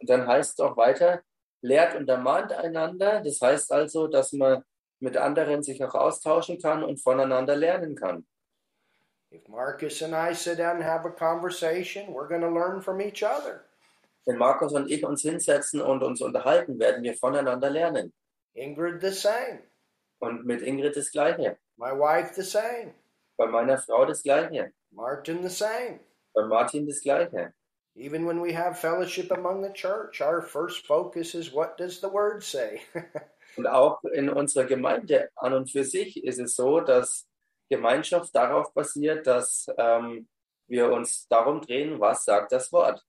A: Und dann heißt es auch weiter, lehrt und ermahnt einander. Das heißt also, dass man mit anderen sich auch austauschen kann und voneinander lernen kann.
B: If Marcus and I sit down and have a conversation, we're going to learn from each other.
A: Wenn Markus und ich uns hinsetzen und uns unterhalten, werden wir voneinander lernen.
B: Ingrid, the same.
A: Und mit Ingrid das Gleiche,
B: My wife, the same.
A: bei meiner Frau das Gleiche,
B: Martin, the same.
A: bei Martin das Gleiche.
B: Even when we have fellowship among the church, our first focus is what does the word say?
A: Und auch in unserer Gemeinde an und für sich ist es so, dass Gemeinschaft darauf basiert, dass ähm, wir uns darum drehen, was sagt das Wort.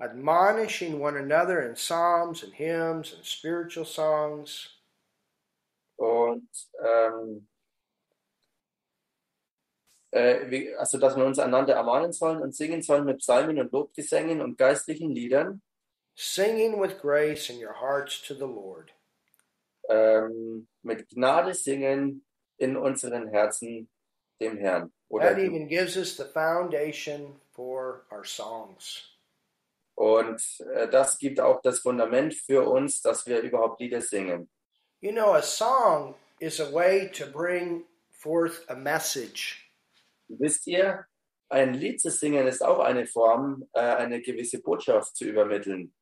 B: admonishing one another in psalms and hymns and spiritual songs.
A: Und ähm, äh, wie, also, dass wir uns einander ermahnen sollen und singen sollen mit Psalmen und Lobgesängen und geistlichen Liedern.
B: singing with grace in your hearts to the Lord.
A: ähm, mit Gnade singen in unseren Herzen dem Herrn. Oder
B: That even gives us the foundation for our songs.
A: und äh, das gibt auch das Fundament für uns, dass wir überhaupt Lieder singen.
B: You know, a song is a way to bring forth a message.
A: Wisst ihr, ein Lied zu singen ist auch eine Form, äh, eine gewisse Botschaft zu übermitteln.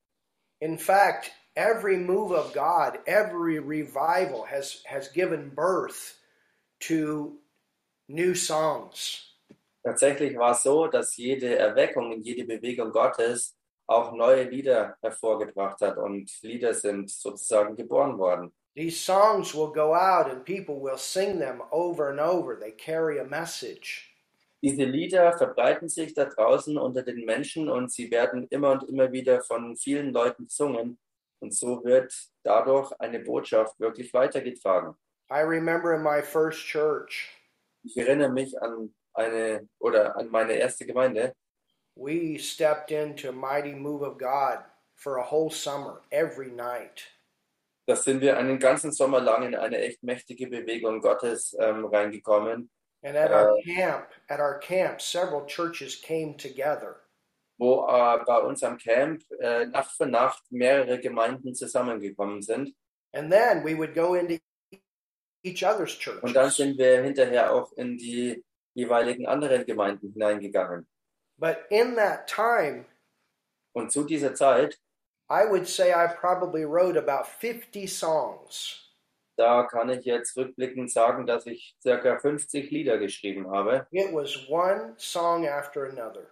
B: In fact, every move of God, every revival has, has given birth to new songs.
A: Tatsächlich war es so, dass jede Erweckung und jede Bewegung Gottes auch neue Lieder hervorgebracht hat und Lieder sind sozusagen geboren worden.
B: These songs will go out and people will sing them over and over. They carry a message.
A: Diese Lieder verbreiten sich da draußen unter den Menschen und sie werden immer und immer wieder von vielen Leuten gesungen. Und so wird dadurch eine Botschaft wirklich weitergetragen.
B: I remember in my first church,
A: Ich erinnere mich an eine oder an meine erste Gemeinde.
B: we stepped into a mighty move of God for a whole summer, every night.
A: Da sind wir einen ganzen Sommer lang in eine echt mächtige Bewegung Gottes ähm, reingekommen,
B: And at our camp, at our camp, several churches came together.
A: wo äh, bei uns am Camp äh, Nacht für Nacht mehrere Gemeinden zusammengekommen sind.
B: And then we would go into each other's
A: Und dann
B: churches.
A: sind wir hinterher auch in die jeweiligen anderen Gemeinden hineingegangen.
B: But in that time,
A: Und zu dieser Zeit,
B: I would say I probably wrote about 50 songs.
A: da kann ich jetzt rückblickend sagen, dass ich circa 50 Lieder geschrieben habe.
B: It was one song after another.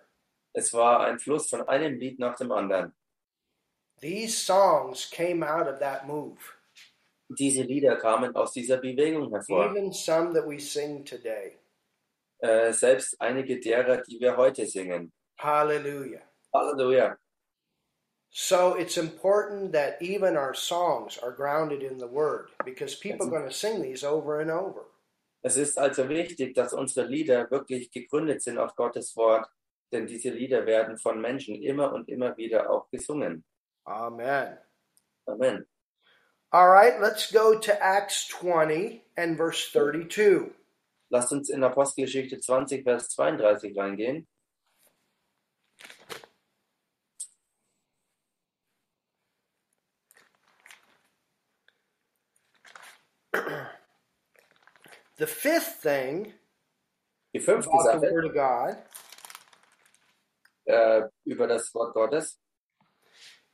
A: Es war ein Fluss von einem Lied nach dem anderen.
B: These songs came out of that move,
A: Diese Lieder kamen aus dieser Bewegung hervor.
B: even some that we sing today.
A: Äh, selbst einige derer, die wir heute singen.
B: Hallelujah.
A: Halleluja.
B: So it's important that even our songs are grounded in the Word because people are going to sing these over and over.
A: Es ist also wichtig, dass unsere Lieder wirklich gegründet sind auf Gottes Wort denn diese Lieder werden von Menschen immer und immer wieder auch gesungen.
B: Amen.
A: Amen.
B: All right, let's go to Acts 20 and verse 32.
A: Lasst uns in Apostelgeschichte 20, Vers 32 reingehen.
B: The fifth thing
A: Die fünfte
B: about the
A: Sache
B: Word of God
A: äh, über das Wort Gottes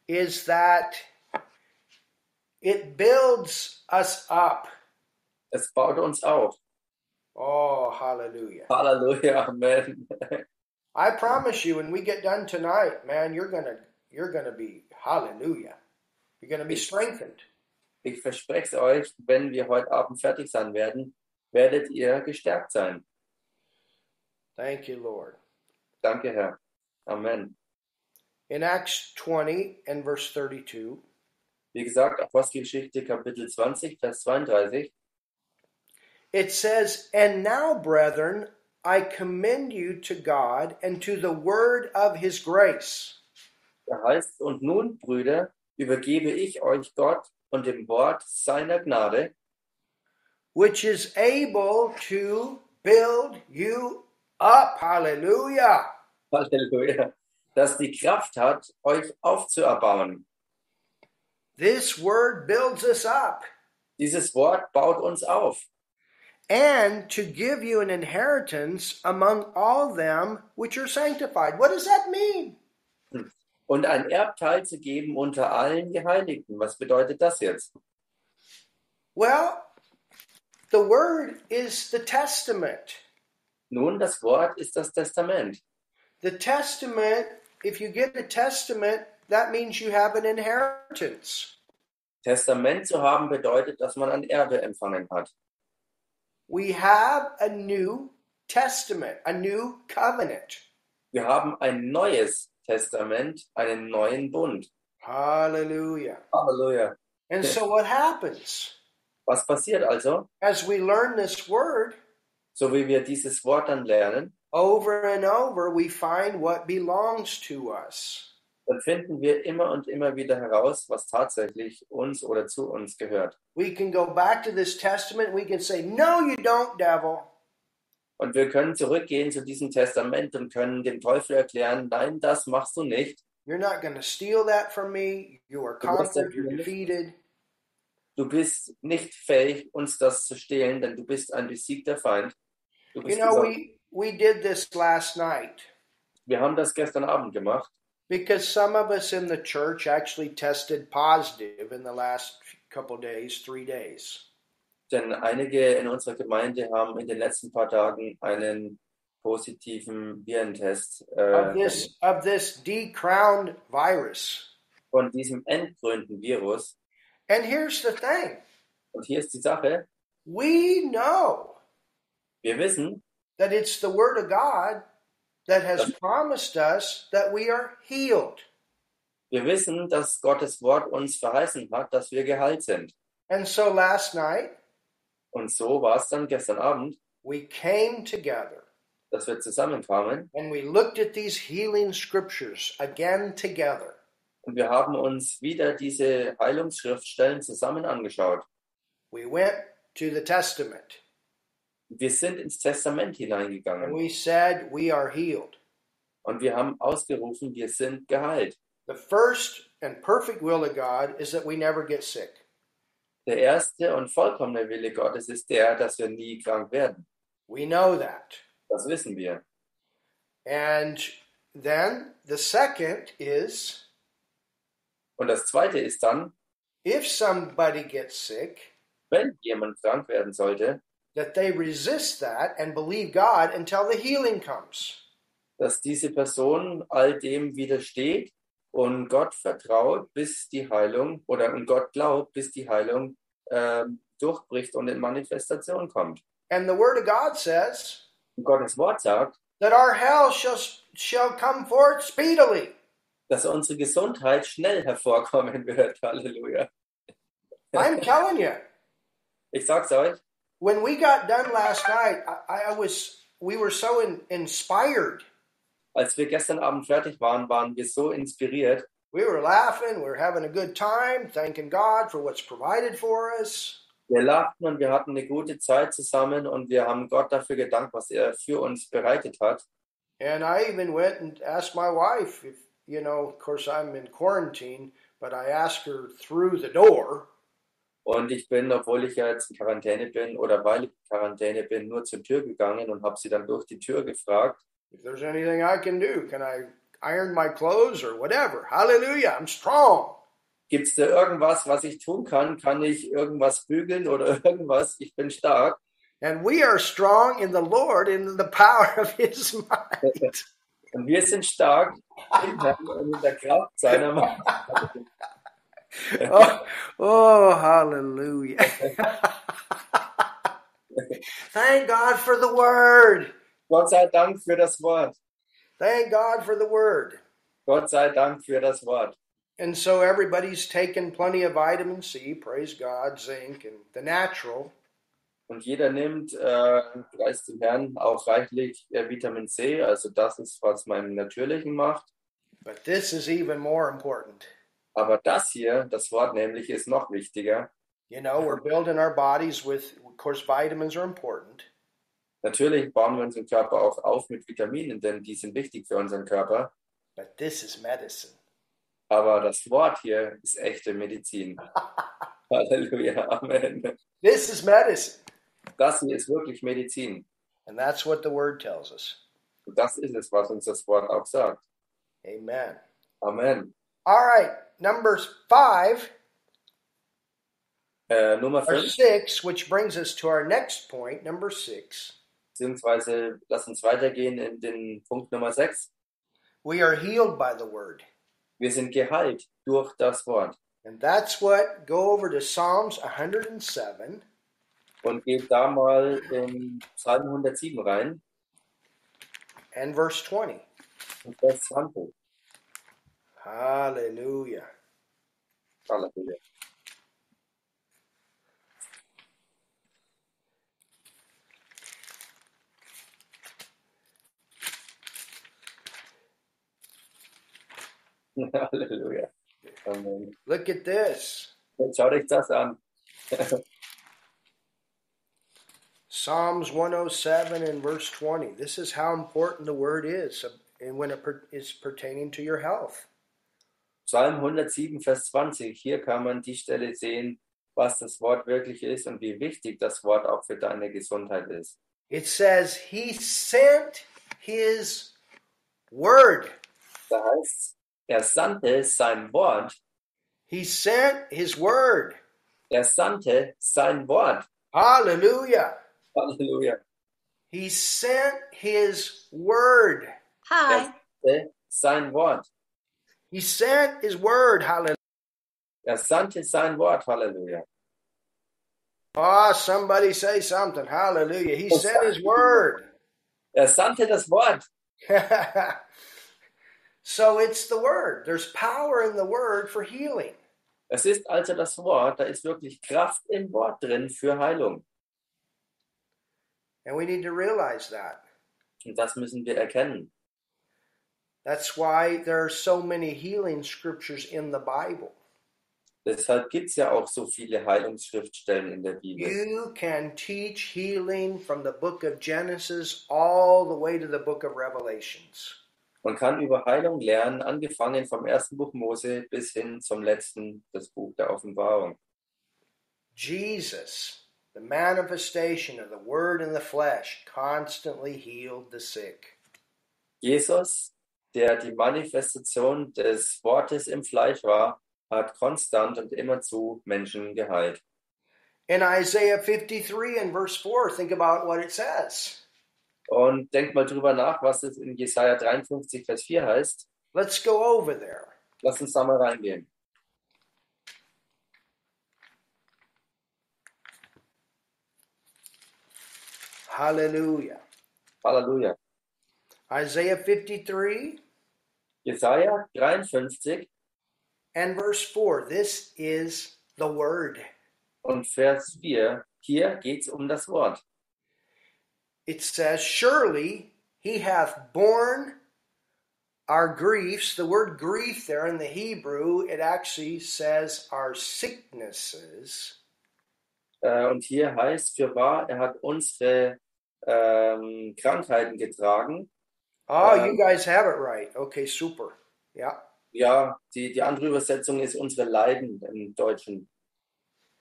B: is that it builds us up.
A: Es baut uns auf.
B: Oh, hallelujah.
A: Halleluja, Amen.
B: I promise you when we get done tonight, man, you're going to you're going to be hallelujah. You're going to be strengthened.
A: Ich verspreche es euch, wenn wir heute Abend fertig sein werden, werdet ihr gestärkt sein.
B: Thank you, Lord.
A: Danke, Herr. Amen.
B: In Acts 20 and verse 32,
A: Wie gesagt, Apostelgeschichte Kapitel 20, Vers 32.
B: it says, "And now, brethren, I commend you to God and to the word of his grace."
A: Da heißt, und nun, Brüder, übergebe ich euch Gott und dem Wort seiner Gnade,
B: which is able to build you up. Hallelujah.
A: Halleluja, das die Kraft hat, euch aufzuerbauen.
B: This word builds us up
A: Dieses Wort baut uns auf
B: and to give you an inheritance among all them which are sanctified. What does that mean?
A: und ein Erbteil zu geben unter allen Geheiligten. Was bedeutet das jetzt?
B: Well, the word is the testament.
A: Nun, das Wort ist das Testament.
B: The testament, if you get a testament, that means you have an inheritance.
A: Testament zu haben bedeutet, dass man ein Erbe empfangen hat.
B: We have a new testament, a new covenant.
A: Wir haben ein neues Testament, einen neuen Bund.
B: Hallelujah.
A: Halleluja.
B: And so what happens
A: Was passiert also?
B: as we learn this word
A: So wie wir dieses Wort dann lernen,
B: over and over, we find what belongs to us.
A: dann finden wir immer und immer wieder heraus, was tatsächlich uns oder zu uns gehört.
B: We can go back to this testament. We can say, No, you don't, devil.
A: Und wir können zurückgehen zu diesem Testament und können dem Teufel erklären, nein, das machst du nicht.
B: You're not going to steal that from me. You are
A: The Lord said
B: conquered. You're
A: to me.
B: defeated.
A: Du bist nicht fähig, uns das zu stehlen, denn du bist ein besiegter Feind. Du
B: You
A: bist
B: know,
A: gesagt,
B: we, we did this last night
A: wir haben das gestern Abend gemacht.
B: because some of us in the church actually tested positive in the last couple days, three days.
A: Denn einige in unserer Gemeinde haben in den letzten paar Tagen einen positiven Virentest
B: Of
A: äh,
B: this of this decrowned virus.
A: von diesem entkrönten Virus.
B: And here's the thing
A: Und hier ist die Sache,
B: we know
A: wir wissen,
B: that it's the Word of God that has promised us that we are healed.
A: wir wissen, dass Gottes Wort uns verheißen hat, dass wir geheilt sind.
B: And so last night,
A: Und so war es dann gestern Abend,
B: we came together
A: dass wir zusammenkamen
B: and we looked at these healing scriptures again together.
A: und wir haben uns wieder diese Heilungsschriftstellen zusammen angeschaut.
B: We went to the Testament
A: Wir sind ins Testament
B: and
A: hineingegangen
B: we said, We are healed.
A: und wir haben ausgerufen, wir sind geheilt.
B: The first and perfect will of God is that we never get sick.
A: Der erste und vollkommene Wille Gottes ist der, dass wir nie krank werden.
B: We know that.
A: Das wissen wir.
B: And then the second is
A: Und das zweite ist dann,
B: if somebody gets sick,
A: wenn jemand krank werden sollte,
B: that they resist that and believe God until the healing comes.
A: dass diese Person all dem widersteht und Gott vertraut, bis die Heilung oder und Gott glaubt, bis die Heilung ähm, durchbricht und in Manifestation kommt.
B: And the Word of God says
A: Und Gottes Wort sagt,
B: that our health shall, shall come forth speedily.
A: dass unsere Gesundheit schnell hervorkommen wird. Halleluja.
B: I'm telling you,
A: Ich sag's euch,
B: when we got done last night, I, I was we were so in, inspired.
A: als wir gestern Abend fertig waren, waren wir so inspiriert.
B: We were laughing, we were having a good time, thanking God for what's provided for us.
A: Wir lachten und wir hatten eine gute Zeit zusammen und wir haben Gott dafür gedankt, was er für uns bereitet hat.
B: And I even went and asked my wife, if, you know, of course I'm in quarantine, but I asked her through the door,
A: Und ich bin, obwohl ich ja jetzt in Quarantäne bin oder weil ich in Quarantäne bin, nur zur Tür gegangen und habe sie dann durch die Tür gefragt,
B: if there's anything I can do, can I iron my clothes or whatever? Hallelujah, I'm strong.
A: gibt es da irgendwas, was ich tun kann? Kann ich irgendwas bügeln oder irgendwas? Ich bin stark.
B: And we are strong in the Lord in the power of his might.
A: Und wir sind stark im Herrn und in der Kraft seiner Macht.
B: oh, oh, hallelujah. Thank God for the word.
A: Gott sei Dank für das Wort.
B: Thank God for the word.
A: Gott sei Dank für das Wort.
B: And so everybody's taken plenty of vitamin C, praise God, zinc, and the natural.
A: Und jeder nimmt, äh, preist dem Herrn, auch reichlich äh, Vitamin C. Also das ist, was man im Natürlichen macht.
B: But this is even more important.
A: Aber das hier, das Wort nämlich, ist noch wichtiger.
B: You know, we're building our bodies with, of course, vitamins are important.
A: Natürlich bauen wir unseren Körper auch auf mit Vitaminen, denn die sind wichtig für unseren Körper.
B: But this is medicine.
A: Aber das Wort hier ist echte Medizin. Halleluja, Amen.
B: This is medicine.
A: Das hier ist wirklich Medizin.
B: And that's what the word tells us.
A: Und das ist es, was uns das Wort auch sagt.
B: Amen.
A: Amen.
B: All right, numbers five
A: Äh, Nummer
B: or
A: 5,
B: six, which brings us to our next point, number six.
A: beziehungsweise lass uns weitergehen in den Punkt Nummer 6.
B: We are healed by the word.
A: Wir sind geheilt durch das Wort.
B: And that's what, go over to Psalms 107.
A: Und geht da mal in Psalm 107 rein,
B: and verse 20.
A: und Vers 20.
B: Hallelujah.
A: Halleluja. Halleluja. Amen.
B: Look at this
A: Jetzt schaut euch das an.
B: Psalms 107 and verse 20. This is how important the word is uh, and when it per- is pertaining to your health.
A: Psalm 107, Vers 20. Hier kann man die Stelle sehen, was das Wort wirklich ist und wie wichtig das Wort auch für deine Gesundheit ist.
B: It says, He sent His word.
A: Da heißt, er sandte sein Wort.
B: He sent His word.
A: Er sandte sein Wort.
B: Hallelujah.
A: Halleluja.
B: He sent His word.
A: Er sandte sein Wort.
B: He sent His word. Hallelujah.
A: Er sandte sein Wort. Halleluja.
B: Ah, somebody say something. Hallelujah. He sent His word.
A: Er sandte das Wort.
B: so it's the word. There's power in the word for healing.
A: Es ist also das Wort. Da ist wirklich Kraft im Wort drin für Heilung.
B: And we need to realize that.
A: Und das müssen wir erkennen.
B: That's why there are so many healing scriptures in the Bible.
A: Deshalb gibt es ja auch so viele Heilungsschriftstellen in der Bibel.
B: You can teach healing from the book of Genesis all the way to the book of Revelations.
A: Man kann über Heilung lernen, angefangen vom ersten Buch Mose bis hin zum letzten, das Buch der Offenbarung.
B: Jesus, the manifestation of the word in the flesh, constantly healed the sick.
A: Jesus, der die Manifestation des Wortes im Fleisch war, hat konstant und immerzu Menschen geheilt.
B: In Isaiah 53 and verse 4, think about what it says.
A: Und denkt mal drüber nach, was es in Jesaja 53, Vers 4 heißt.
B: Let's go over there.
A: Lass uns da mal reingehen.
B: Hallelujah.
A: Halleluja.
B: Isaiah 53
A: Jesaja 53
B: and verse 4. This is the word.
A: und Vers 4. Hier geht's um das Wort.
B: It says, Surely he hath borne our griefs, the word grief there in the Hebrew, it actually says our sicknesses.
A: Äh, und hier heißt, für wahr, er hat unsere ähm, Krankheiten getragen.
B: Oh,
A: Um,
B: you guys have it right. Okay, super. Yeah.
A: Ja, die, die andere Übersetzung ist unsere Leiden im Deutschen.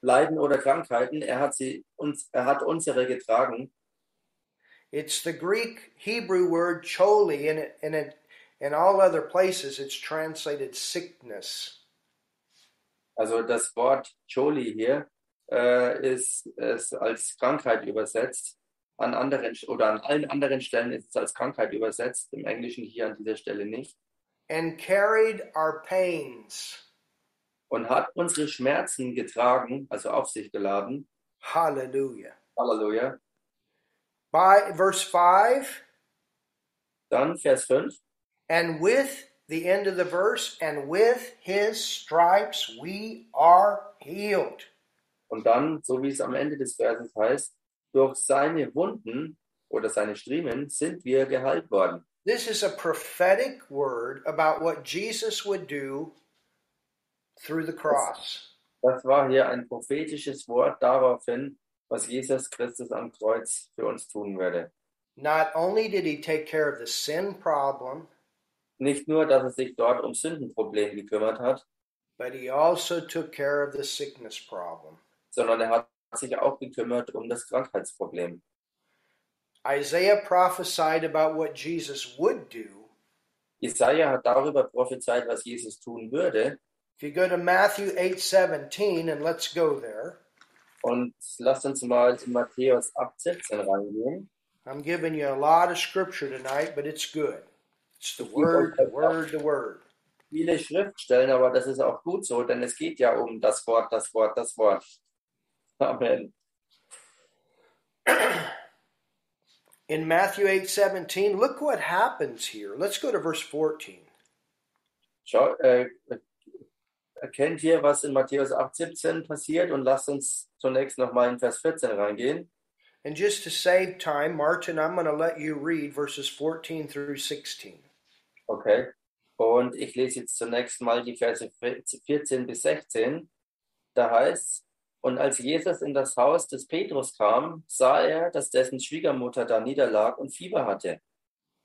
A: Leiden oder Krankheiten, er hat sie uns, er hat unsere getragen.
B: It's the Greek Hebrew word chole, and it, and it, in all other places it's translated sickness.
A: Also das Wort Choli hier äh, ist, ist als Krankheit übersetzt. An anderen oder an allen anderen Stellen ist es als Krankheit übersetzt, im Englischen hier an dieser Stelle nicht.
B: And carried our pains.
A: Und hat unsere Schmerzen getragen, also auf sich geladen.
B: Hallelujah.
A: Halleluja.
B: By verse 5,
A: Dann Vers 5.
B: and with the end of the verse, and with his stripes we are healed.
A: Und dann, so wie es am Ende des Verses heißt, durch seine Wunden oder seine Striemen sind wir geheilt worden.
B: This is a prophetic word about what Jesus would do through the cross.
A: Das war hier ein prophetisches Wort daraufhin, was Jesus Christus am Kreuz für uns tun würde.
B: Not only did he take care of the sin problem,
A: Nicht nur, dass er sich dort um Sündenproblem gekümmert hat,
B: but he also took care of the sickness problem.
A: sondern er hat sich auch gekümmert um das Krankheitsproblem.
B: Isaiah prophesied about what Jesus would do.
A: Jesaja hat darüber prophezeit, was Jesus tun würde.
B: If you go to Matthew 8:17 and let's go there.
A: Und lasst uns mal zu Matthäus 8,16 reingehen.
B: I'm giving you a lot of scripture tonight, but it's good. It's the word, the word, the word.
A: viele Schriftstellen, aber das ist auch gut so, denn es geht ja um das Wort, das Wort, das Wort. Amen.
B: In Matthew 8:17, look what happens here. Let's go to verse 14.
A: Schau, äh, erkennt hier, was in Matthäus 8, 17 passiert und lasst uns zunächst nochmal in Vers 14 reingehen.
B: And just to save time, Martin, I'm going to let you read verses 14 through 16.
A: Okay. Und ich lese jetzt zunächst mal die Verse 14 bis 16. Da heißt und als Jesus in das Haus des Petrus kam, sah er, dass dessen Schwiegermutter da niederlag und Fieber hatte.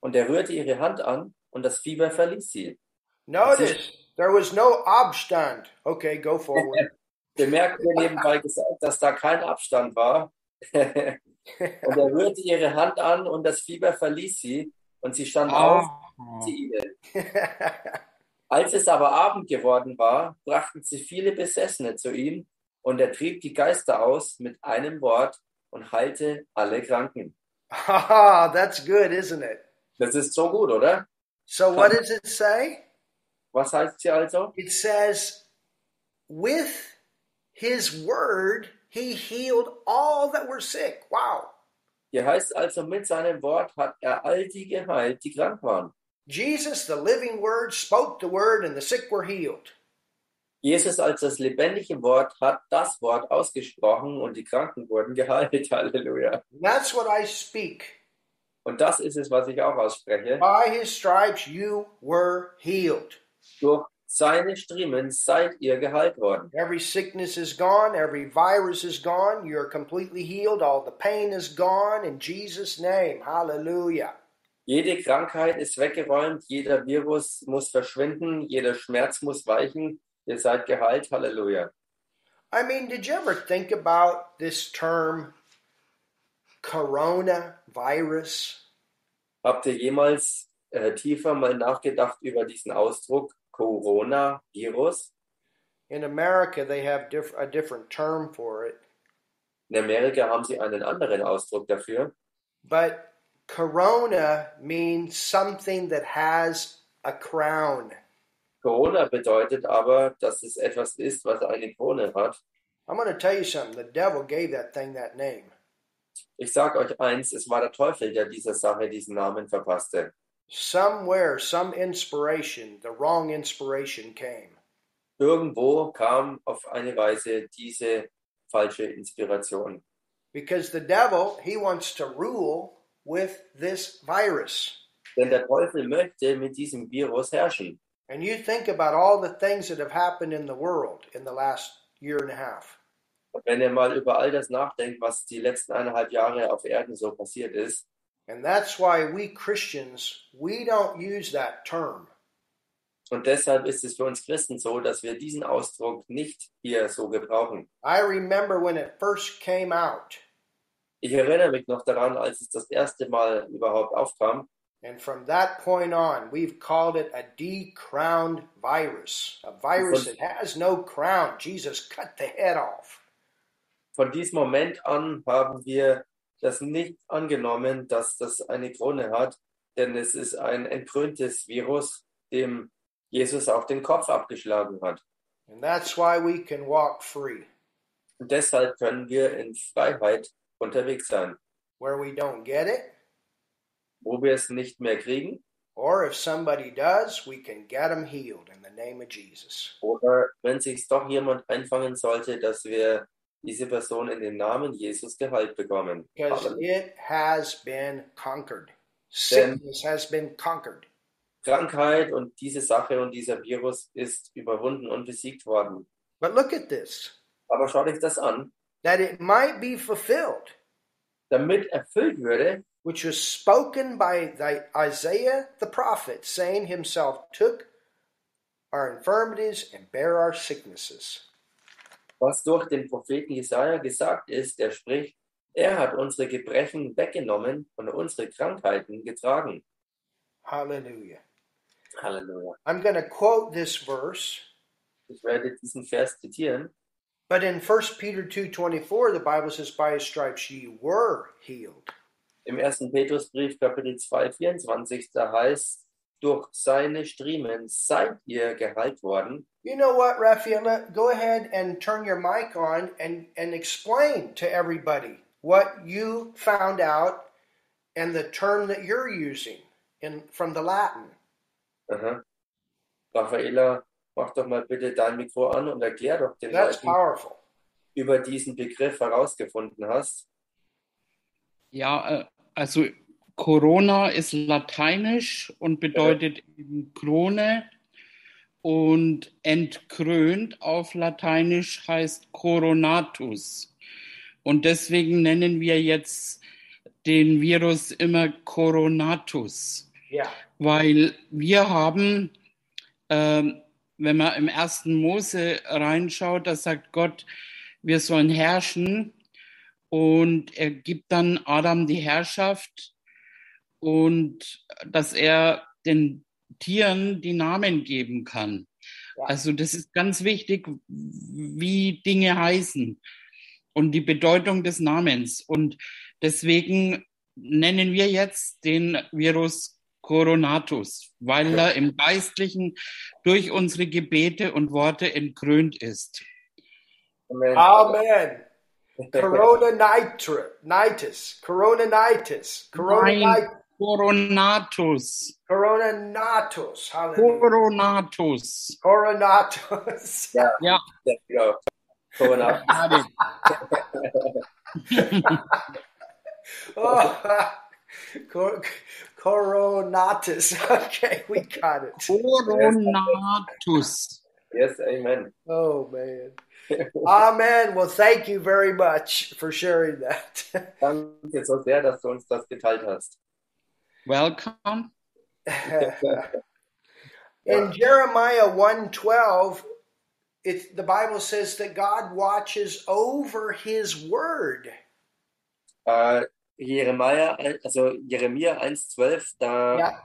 A: Und er rührte ihre Hand an und das Fieber verließ sie.
B: Notice there was no obstand. Okay, go forward.
A: bemerkt mir nebenbei gesagt, dass da kein Abstand war. und er rührte ihre Hand an und das Fieber verließ sie und sie stand auf und sie ihnen. Als es aber Abend geworden war, brachten sie viele Besessene zu ihm und er trieb die Geister aus mit einem Wort und heilte alle Kranken.
B: Ah, that's good, isn't it?
A: Das ist so gut, oder?
B: So what does it say?
A: Was heißt hier also?
B: It says with his word he healed all that were sick. Wow.
A: Hier heißt also, mit seinem Wort hat er all die geheilt, die krank waren.
B: Jesus, the living word, spoke the word and the sick were healed.
A: Jesus als das lebendige Wort hat das Wort ausgesprochen und die Kranken wurden geheilt. Halleluja.
B: And that's what I speak.
A: Und das ist es, was ich auch ausspreche.
B: By his stripes you were healed.
A: Durch seine Striemen seid ihr geheilt worden.
B: Every sickness is gone, every virus is gone, you're completely healed, all the pain is gone in Jesus' name. Hallelujah.
A: Jede Krankheit ist weggeräumt, jeder Virus muss verschwinden, jeder Schmerz muss weichen. Ihr seid geheilt. Halleluja.
B: I mean, did you ever think about this term coronavirus?
A: Habt ihr jemals äh, tiefer mal nachgedacht über diesen Ausdruck Corona-Virus?
B: In America, they have diff- a different term for it,
A: In Amerika haben sie einen anderen Ausdruck dafür.
B: but corona means something that has a crown.
A: Corona bedeutet aber, dass es etwas ist, was eine Krone hat.
B: I'm going to tell you something the devil gave that thing that name.
A: Ich sag euch eins, es war der Teufel, der dieser Sache diesen Namen verpasste.
B: Somewhere, some inspiration, the wrong inspiration came.
A: Irgendwo kam auf eine Weise diese falsche Inspiration.
B: Because the devil, he wants to rule with this virus.
A: Denn der Teufel möchte mit diesem Virus herrschen.
B: And you think about all the things that have happened in the world in the last year and a half.
A: Und wenn ihr mal über all das nachdenkt, was die letzten eineinhalb Jahre auf Erden so passiert ist,
B: And that's why we Christians, we don't use that term.
A: und deshalb ist es für uns Christen so, dass wir diesen Ausdruck nicht hier so gebrauchen.
B: I remember when it first came out,
A: Ich erinnere mich noch daran, als es das erste Mal überhaupt aufkam.
B: and from that point on, we've called it a decrowned virus, a virus that has no crown. Jesus cut the head off.
A: Von diesem Moment an haben wir das nicht angenommen, dass das eine Krone hat, denn es ist ein entkröntes Virus, dem Jesus auch den Kopf abgeschlagen hat.
B: And that's why we can walk free,
A: Und deshalb können wir in Freiheit unterwegs sein.
B: where we don't get it,
A: Wo wir es nicht mehr kriegen
B: or if somebody does, we can get them healed in the name of Jesus.
A: oder wenn sich doch jemand einfangen sollte, dass wir diese Person in den Namen Jesus geheilt bekommen.
B: Because
A: Amen.
B: it has been conquered. Sickness has been conquered.
A: Krankheit und diese Sache und dieser Virus ist überwunden und besiegt worden.
B: But look at this
A: Aber schaut euch das an.
B: that it might be fulfilled,
A: Damit erfüllt würde,
B: which was spoken by the Isaiah the prophet, saying, Himself took our infirmities and bare our sicknesses.
A: was durch den Propheten Jesaja gesagt ist, der spricht, er hat unsere Gebrechen weggenommen und unsere Krankheiten getragen.
B: Hallelujah.
A: Halleluja.
B: I'm going to quote this verse,
A: Ich werde diesen Vers zitieren.
B: but in 1 Peter 2:24 the Bible says by his stripes ye were healed.
A: Im 1. Petrusbrief, Kapitel 2, 24, da heißt, durch seine Striemen seid ihr geheilt worden.
B: You know what, Rafaela? Go ahead and turn your mic on and, and explain to everybody what you found out and the term that you're using in from the Latin.
A: Aha. Raffaela, mach doch mal bitte dein Mikro an und erklär doch den
B: That's
A: Leuten,
B: powerful.
A: über diesen Begriff herausgefunden hast.
C: Ja, äh, also Corona ist lateinisch und bedeutet eben Krone. Und entkrönt auf Lateinisch heißt coronatus. Und deswegen nennen wir jetzt den Virus immer coronatus.
B: Yeah.
C: Weil wir haben, ähm, wenn man im ersten Mose reinschaut, da sagt Gott, wir sollen herrschen. Und er gibt dann Adam die Herrschaft und dass er den Tieren die Namen geben kann.
B: Ja.
C: Also das ist ganz wichtig, wie Dinge heißen und die Bedeutung des Namens. Und deswegen nennen wir jetzt den Virus Coronatus, weil er im Geistlichen durch unsere Gebete und Worte entkrönt ist.
A: Amen.
B: Amen. Coronanitis. Nitis. Coronanitis. Coronanitis.
C: Coronatus.
B: Coronatus. Hallelujah.
C: Coronatus.
B: Coronatus.
A: Ja, genau. Corona.
C: Schade.
B: Oh. Cor- Coronatus. Okay, we got it.
C: Coronatus.
A: Yes, amen.
B: Oh man. Amen. Well, thank you very much for sharing that.
A: Danke so sehr, dass du uns das geteilt hast.
C: Welcome.
B: In Jeremiah 112, it's the Bible says that God watches over his word.
A: Äh, Jeremia, also Jeremia 1,12, da,
B: Yeah.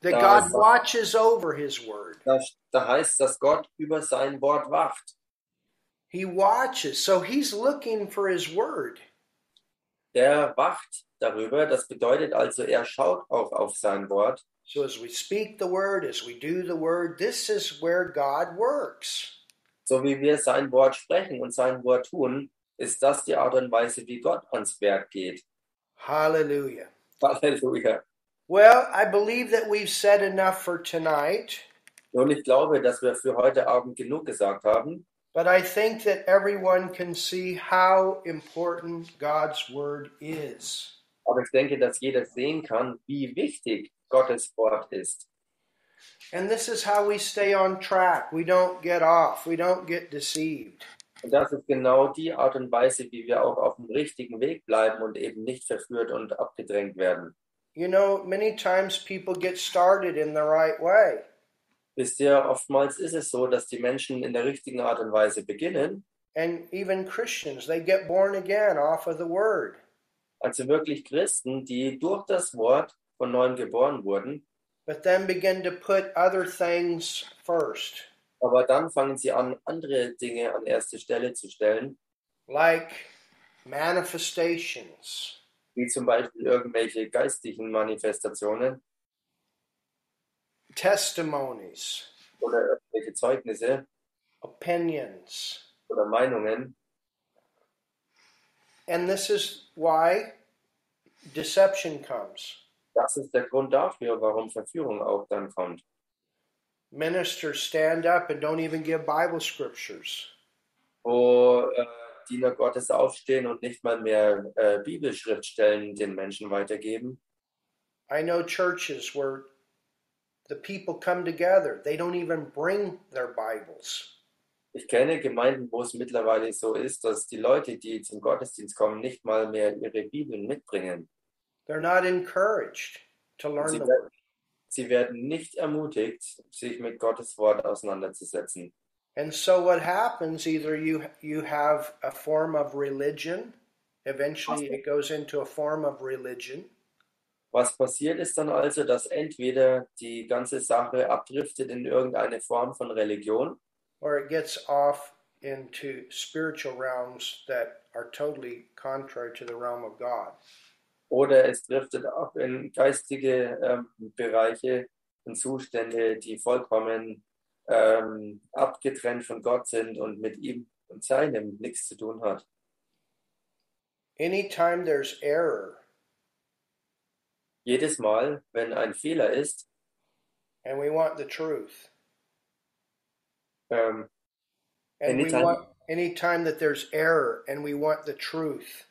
B: That
A: Uh,
B: God
A: so-
B: watches over his word.
A: da, da heißt, dass Gott über sein Wort wacht.
B: He watches. So he's looking for his word.
A: Der wacht darüber. Das bedeutet also, er schaut auch auf sein Wort.
B: So as we speak the word, as we do the word, this is where God works.
A: So wie wir sein Wort sprechen und sein Wort tun, ist das die Art und Weise, wie Gott ans Werk geht.
B: Hallelujah.
A: Halleluja.
B: Well, I believe that we've said enough for tonight,
A: Nun, ich glaube, dass wir für heute Abend genug gesagt haben.
B: but I think that everyone can see how important God's Word is.
A: Aber ich denke, dass jeder sehen kann, wie wichtig Gottes Wort ist.
B: And this is how we stay on track. We don't get off, we don't get deceived.
A: Und das ist genau die Art und Weise, wie wir auch auf dem richtigen Weg bleiben und eben nicht verführt und abgedrängt werden.
B: You know, many times people get started in the right way,
A: Wisst ihr, oftmals ist es so, dass die Menschen in der richtigen Art und Weise beginnen.
B: and even Christians, they get born again off of the word.
A: Also wirklich Christen, die durch das Wort von neuem geboren wurden,
B: but then begin to put other things first,
A: aber dann fangen sie an, andere Dinge an erste Stelle zu stellen,
B: like manifestations,
A: wie zum Beispiel irgendwelche geistlichen Manifestationen
B: testimonies,
A: oder irgendwelche Zeugnisse
B: opinions.
A: oder Meinungen.
B: And this is why deception comes.
A: Das ist der Grund dafür, warum Verführung auch dann kommt.
B: Ministers stand up and don't even give Bible scriptures.
A: Wo äh, Diener Gottes aufstehen und nicht mal mehr äh, Bibelschriftstellen den Menschen weitergeben.
B: I know churches where the people come together, they don't even bring their Bibles.
A: Ich kenne Gemeinden, wo es mittlerweile so ist, dass die Leute, die zum Gottesdienst kommen, nicht mal mehr ihre Bibeln mitbringen.
B: They're not encouraged to learn
A: Sie
B: the Word.
A: werden, sie werden nicht ermutigt, sich mit Gottes Wort auseinanderzusetzen.
B: And so what happens either you you have a form of religion eventually it goes into a form of religion
A: Was passiert ist dann also, dass entweder die ganze Sache abdriftet in irgendeine Form von Religion
B: or it gets off into spiritual realms that are totally contrary to the realm of God.
A: oder es driftet ab in geistige ähm, Bereiche und Zustände, die vollkommen ähm, abgetrennt von Gott sind und mit ihm und seinem nichts zu tun hat.
B: Anytime there's error
A: Jedes Mal, wenn ein Fehler ist,
B: and we want the truth
A: ähm,
B: and
A: Anytime-
B: we want anytime that there's error and we want the truth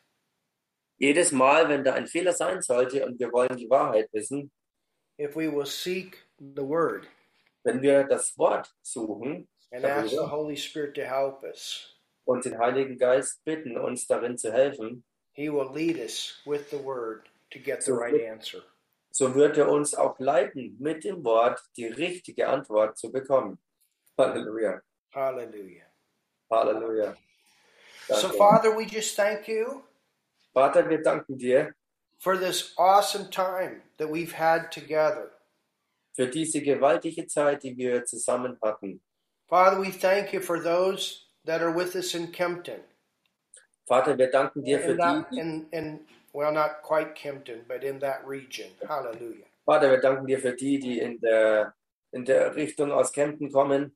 A: jedes Mal, wenn da ein Fehler sein sollte und wir wollen die Wahrheit wissen,
B: if we will seek the word
A: wenn wir das Wort suchen
B: and ask the
A: Hallelujah.
B: Holy Spirit to help us.
A: und den Heiligen Geist bitten, uns darin zu helfen,
B: He will lead us with the word to get
A: So-
B: the right answer.
A: so wird er uns auch leiten, mit dem Wort die richtige Antwort zu bekommen. Halleluja.
B: Hallelujah.
A: Halleluja.
B: So,
A: Danke.
B: Father, we just thank you
A: Vater, wir danken dir
B: for this awesome time that we've had together.
A: für diese gewaltige Zeit, die wir zusammen hatten.
B: Father, we thank you for those that are with us in Kempton.
A: Vater, wir danken dir für
B: In that,
A: die,
B: in, in, well, not quite Kempton, but in that region. Hallelujah.
A: Vater, wir danken dir für die, die in der, in der Richtung aus Kempten kommen,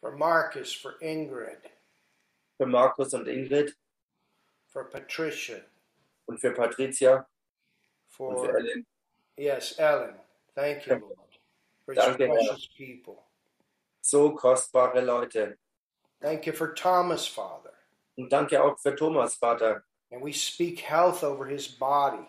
B: For Marcus, for Ingrid,
A: für Markus und Ingrid
B: for Patricia,
A: und für Patricia und für
B: for,
A: Ellen.
B: yes, Ellen. Thank you, Lord, for your
A: Danke, Herr.
B: precious people.
A: So kostbare Leute.
B: Thank you for Thomas, Father.
A: Und danke auch für Thomas, Vater.
B: And we speak health over his body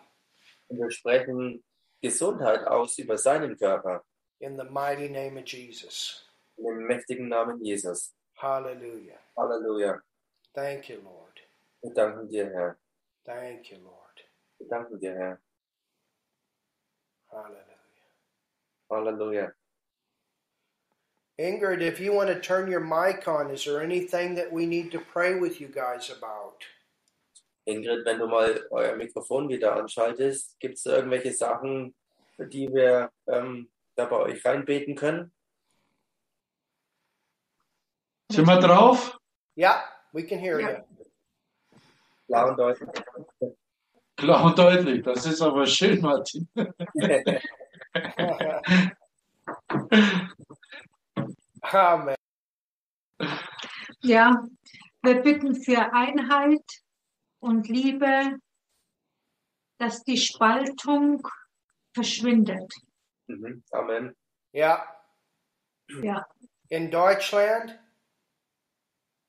A: Und wir sprechen Gesundheit aus über seinen Körper.
B: in the mighty name of Jesus.
A: Im mächtigen Namen Jesus.
B: Hallelujah.
A: Halleluja.
B: Thank you, Lord.
A: Wir danken dir, Herr.
B: Thank you, Lord.
A: Wir danken dir, Herr.
B: Hallelujah.
A: Halleluja.
B: Ingrid, if you want to turn your mic on, is there anything that we need to pray with you guys about?
A: Ingrid, wenn du mal euer Mikrofon wieder anschaltest, gibt es irgendwelche Sachen, für die wir ähm, da bei euch reinbeten können?
D: Sind wir drauf?
B: Yeah, we can hear
E: Yeah.
B: you.
A: Klar und deutlich.
D: Klar und deutlich. Das ist aber schön, Martin.
B: Amen.
E: Ja, wir bitten für Einheit und Liebe, dass die Spaltung verschwindet.
A: Mhm. Amen.
B: Yeah.
E: Ja,
B: In Deutschland,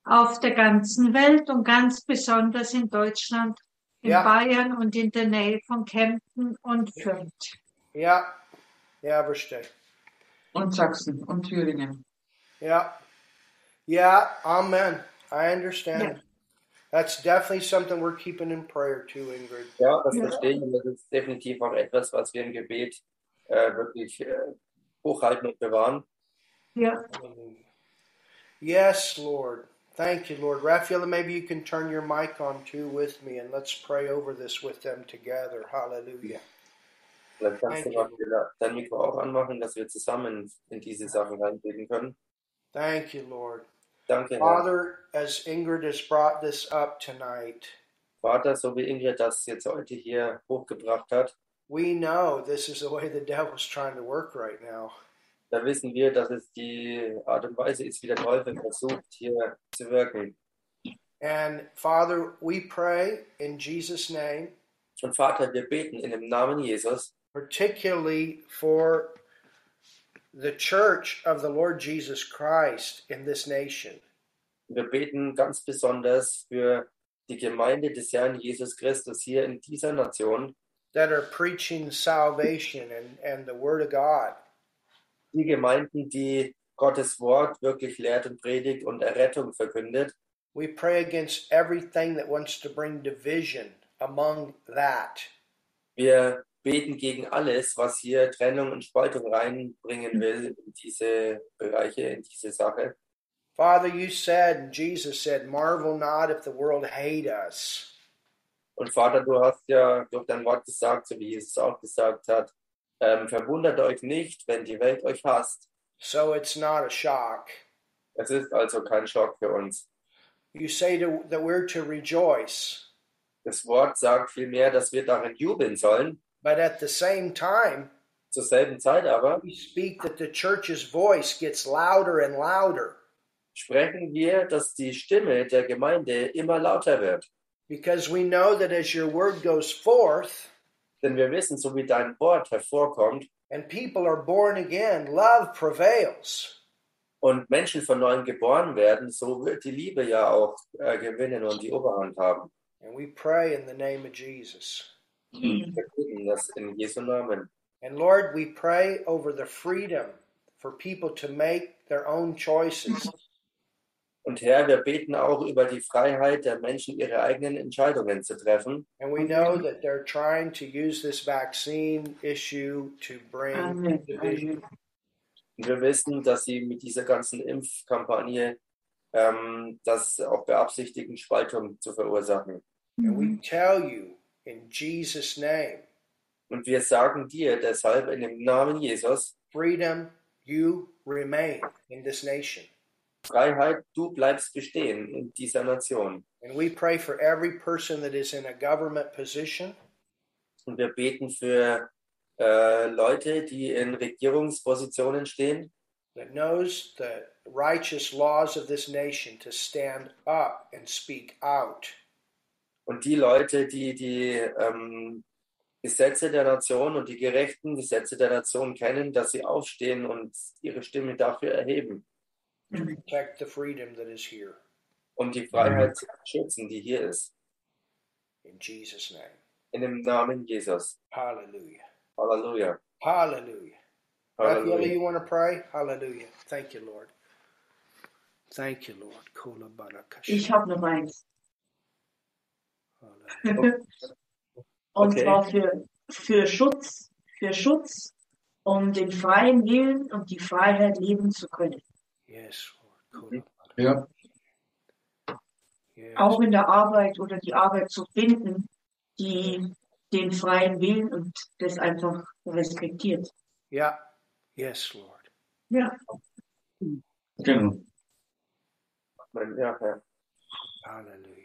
E: auf der ganzen Welt und ganz besonders in Deutschland in
B: Ja.
E: Bayern und in der Nähe von Kempten und Fürth
B: Ja. Ja, verstehe.
F: und Sachsen und Thüringen.
B: Yeah. Yeah. Amen. I understand.
E: Yeah.
B: That's definitely something we're keeping in prayer too, Ingrid.
A: Ja, das
E: Ja.
A: verstehe ich. Und Das ist definitiv auch etwas, was wir im Gebet äh, wirklich äh, hochhalten und bewahren.
E: Ja,
B: Yes, Lord. Thank you, Lord. Raphael, maybe you can turn your mic on too with me and let's pray over this with them together. Hallelujah.
A: Vielleicht kannst du
B: Danke.
A: mal wieder dein Mikro auch anmachen, dass wir zusammen in diese Sachen reinbeten können.
B: Thank you, Lord.
A: Danke, Herr.
B: Father, as Ingrid has brought this up tonight,
A: Vater, so wie Ingrid das jetzt heute hier hochgebracht hat,
B: we know this is the way the devil's trying to work right now.
A: da wissen wir, dass es die Art und Weise ist, wie der Teufel versucht, hier zu wirken.
B: And Father, we pray in Jesus' name,
A: Und Vater, wir beten in dem Namen Jesus,
B: particularly for the church of the Lord Jesus Christ in this nation.
A: wir beten ganz besonders für die Gemeinde des Herrn Jesus Christus hier in dieser Nation,
B: that are preaching salvation and, and the Word of God.
A: die Gemeinden, die Gottes Wort wirklich lehrt und predigt und Errettung verkündet.
B: We pray against everything that wants to bring division among that.
A: Wir beten gegen alles, was hier Trennung und Spaltung reinbringen will in diese Bereiche, in diese Sache.
B: Father, you said, and Jesus said, marvel not if the world hate us.
A: Und Vater, du hast ja durch dein Wort gesagt, so wie Jesus auch gesagt hat, ähm, verwundert euch nicht, wenn die Welt euch hasst.
B: So it's not a shock.
A: Es ist also kein Schock für uns.
B: You say to, that we're to rejoice,
A: Das Wort sagt vielmehr, dass wir darin jubeln sollen.
B: but at the same time,
A: Zur selben Zeit aber
B: we speak that the church's voice gets louder and louder
A: sprechen wir, dass die Stimme der Gemeinde immer lauter wird.
B: because we know that as your word goes forth,
A: Denn wir wissen, so wie dein Wort hervorkommt
B: and people are born again, love prevails.
A: und Menschen von neuem geboren werden, so wird die Liebe ja auch äh, gewinnen und die Oberhand haben.
B: And we pray in the name of Jesus.
A: Wir beten das in Jesu Namen.
B: And Lord, we pray over the freedom for people to make their own choices.
A: Und Herr, wir beten auch über die Freiheit der Menschen, ihre eigenen Entscheidungen zu treffen.
B: And we know that they're trying to use this vaccine issue to bring
F: Amen.
B: division.
F: Amen.
A: Und wir wissen, dass sie mit dieser ganzen Impfkampagne ähm, das auch beabsichtigen, Spaltung zu verursachen.
B: And we tell you in Jesus' name,
A: Und wir sagen dir deshalb in dem Namen Jesus,
B: freedom, you remain in this nation.
A: Freiheit, du bleibst bestehen in dieser Nation.
B: And we pray for every person that is in a government position
A: Und wir beten für äh, Leute, die in Regierungspositionen stehen,
B: that knows the righteous laws of this nation to stand up and speak out.
A: und die Leute, die die ähm, Gesetze der Nation und die gerechten Gesetze der Nation kennen, dass sie aufstehen und ihre Stimme dafür erheben,
B: protect the freedom that is here.
A: um die Freiheit zu schützen, die hier ist.
B: In Jesus' name.
A: In dem Namen Jesus.
B: Hallelujah.
A: Halleluja.
B: Hallelujah. Raphael,
A: Halleluja.
B: you want to pray? Hallelujah. Thank you, Lord. Thank you, Lord. Kola baraka
F: Ich
B: sha-
F: habe noch eins.
B: Hallelujah.
F: Und
A: Okay.
F: zwar für, für Schutz, für Schutz, um den freien Willen und die Freiheit leben zu können.
B: Yes, Lord. Kola baraka.
D: Ja.
B: Yes.
F: Auch in der Arbeit oder die Arbeit zu finden, die den freien Willen und das einfach respektiert.
B: Yeah. Yes, Lord.
F: Ja.
D: Genau.
A: Ja, ja.
B: Hallelujah.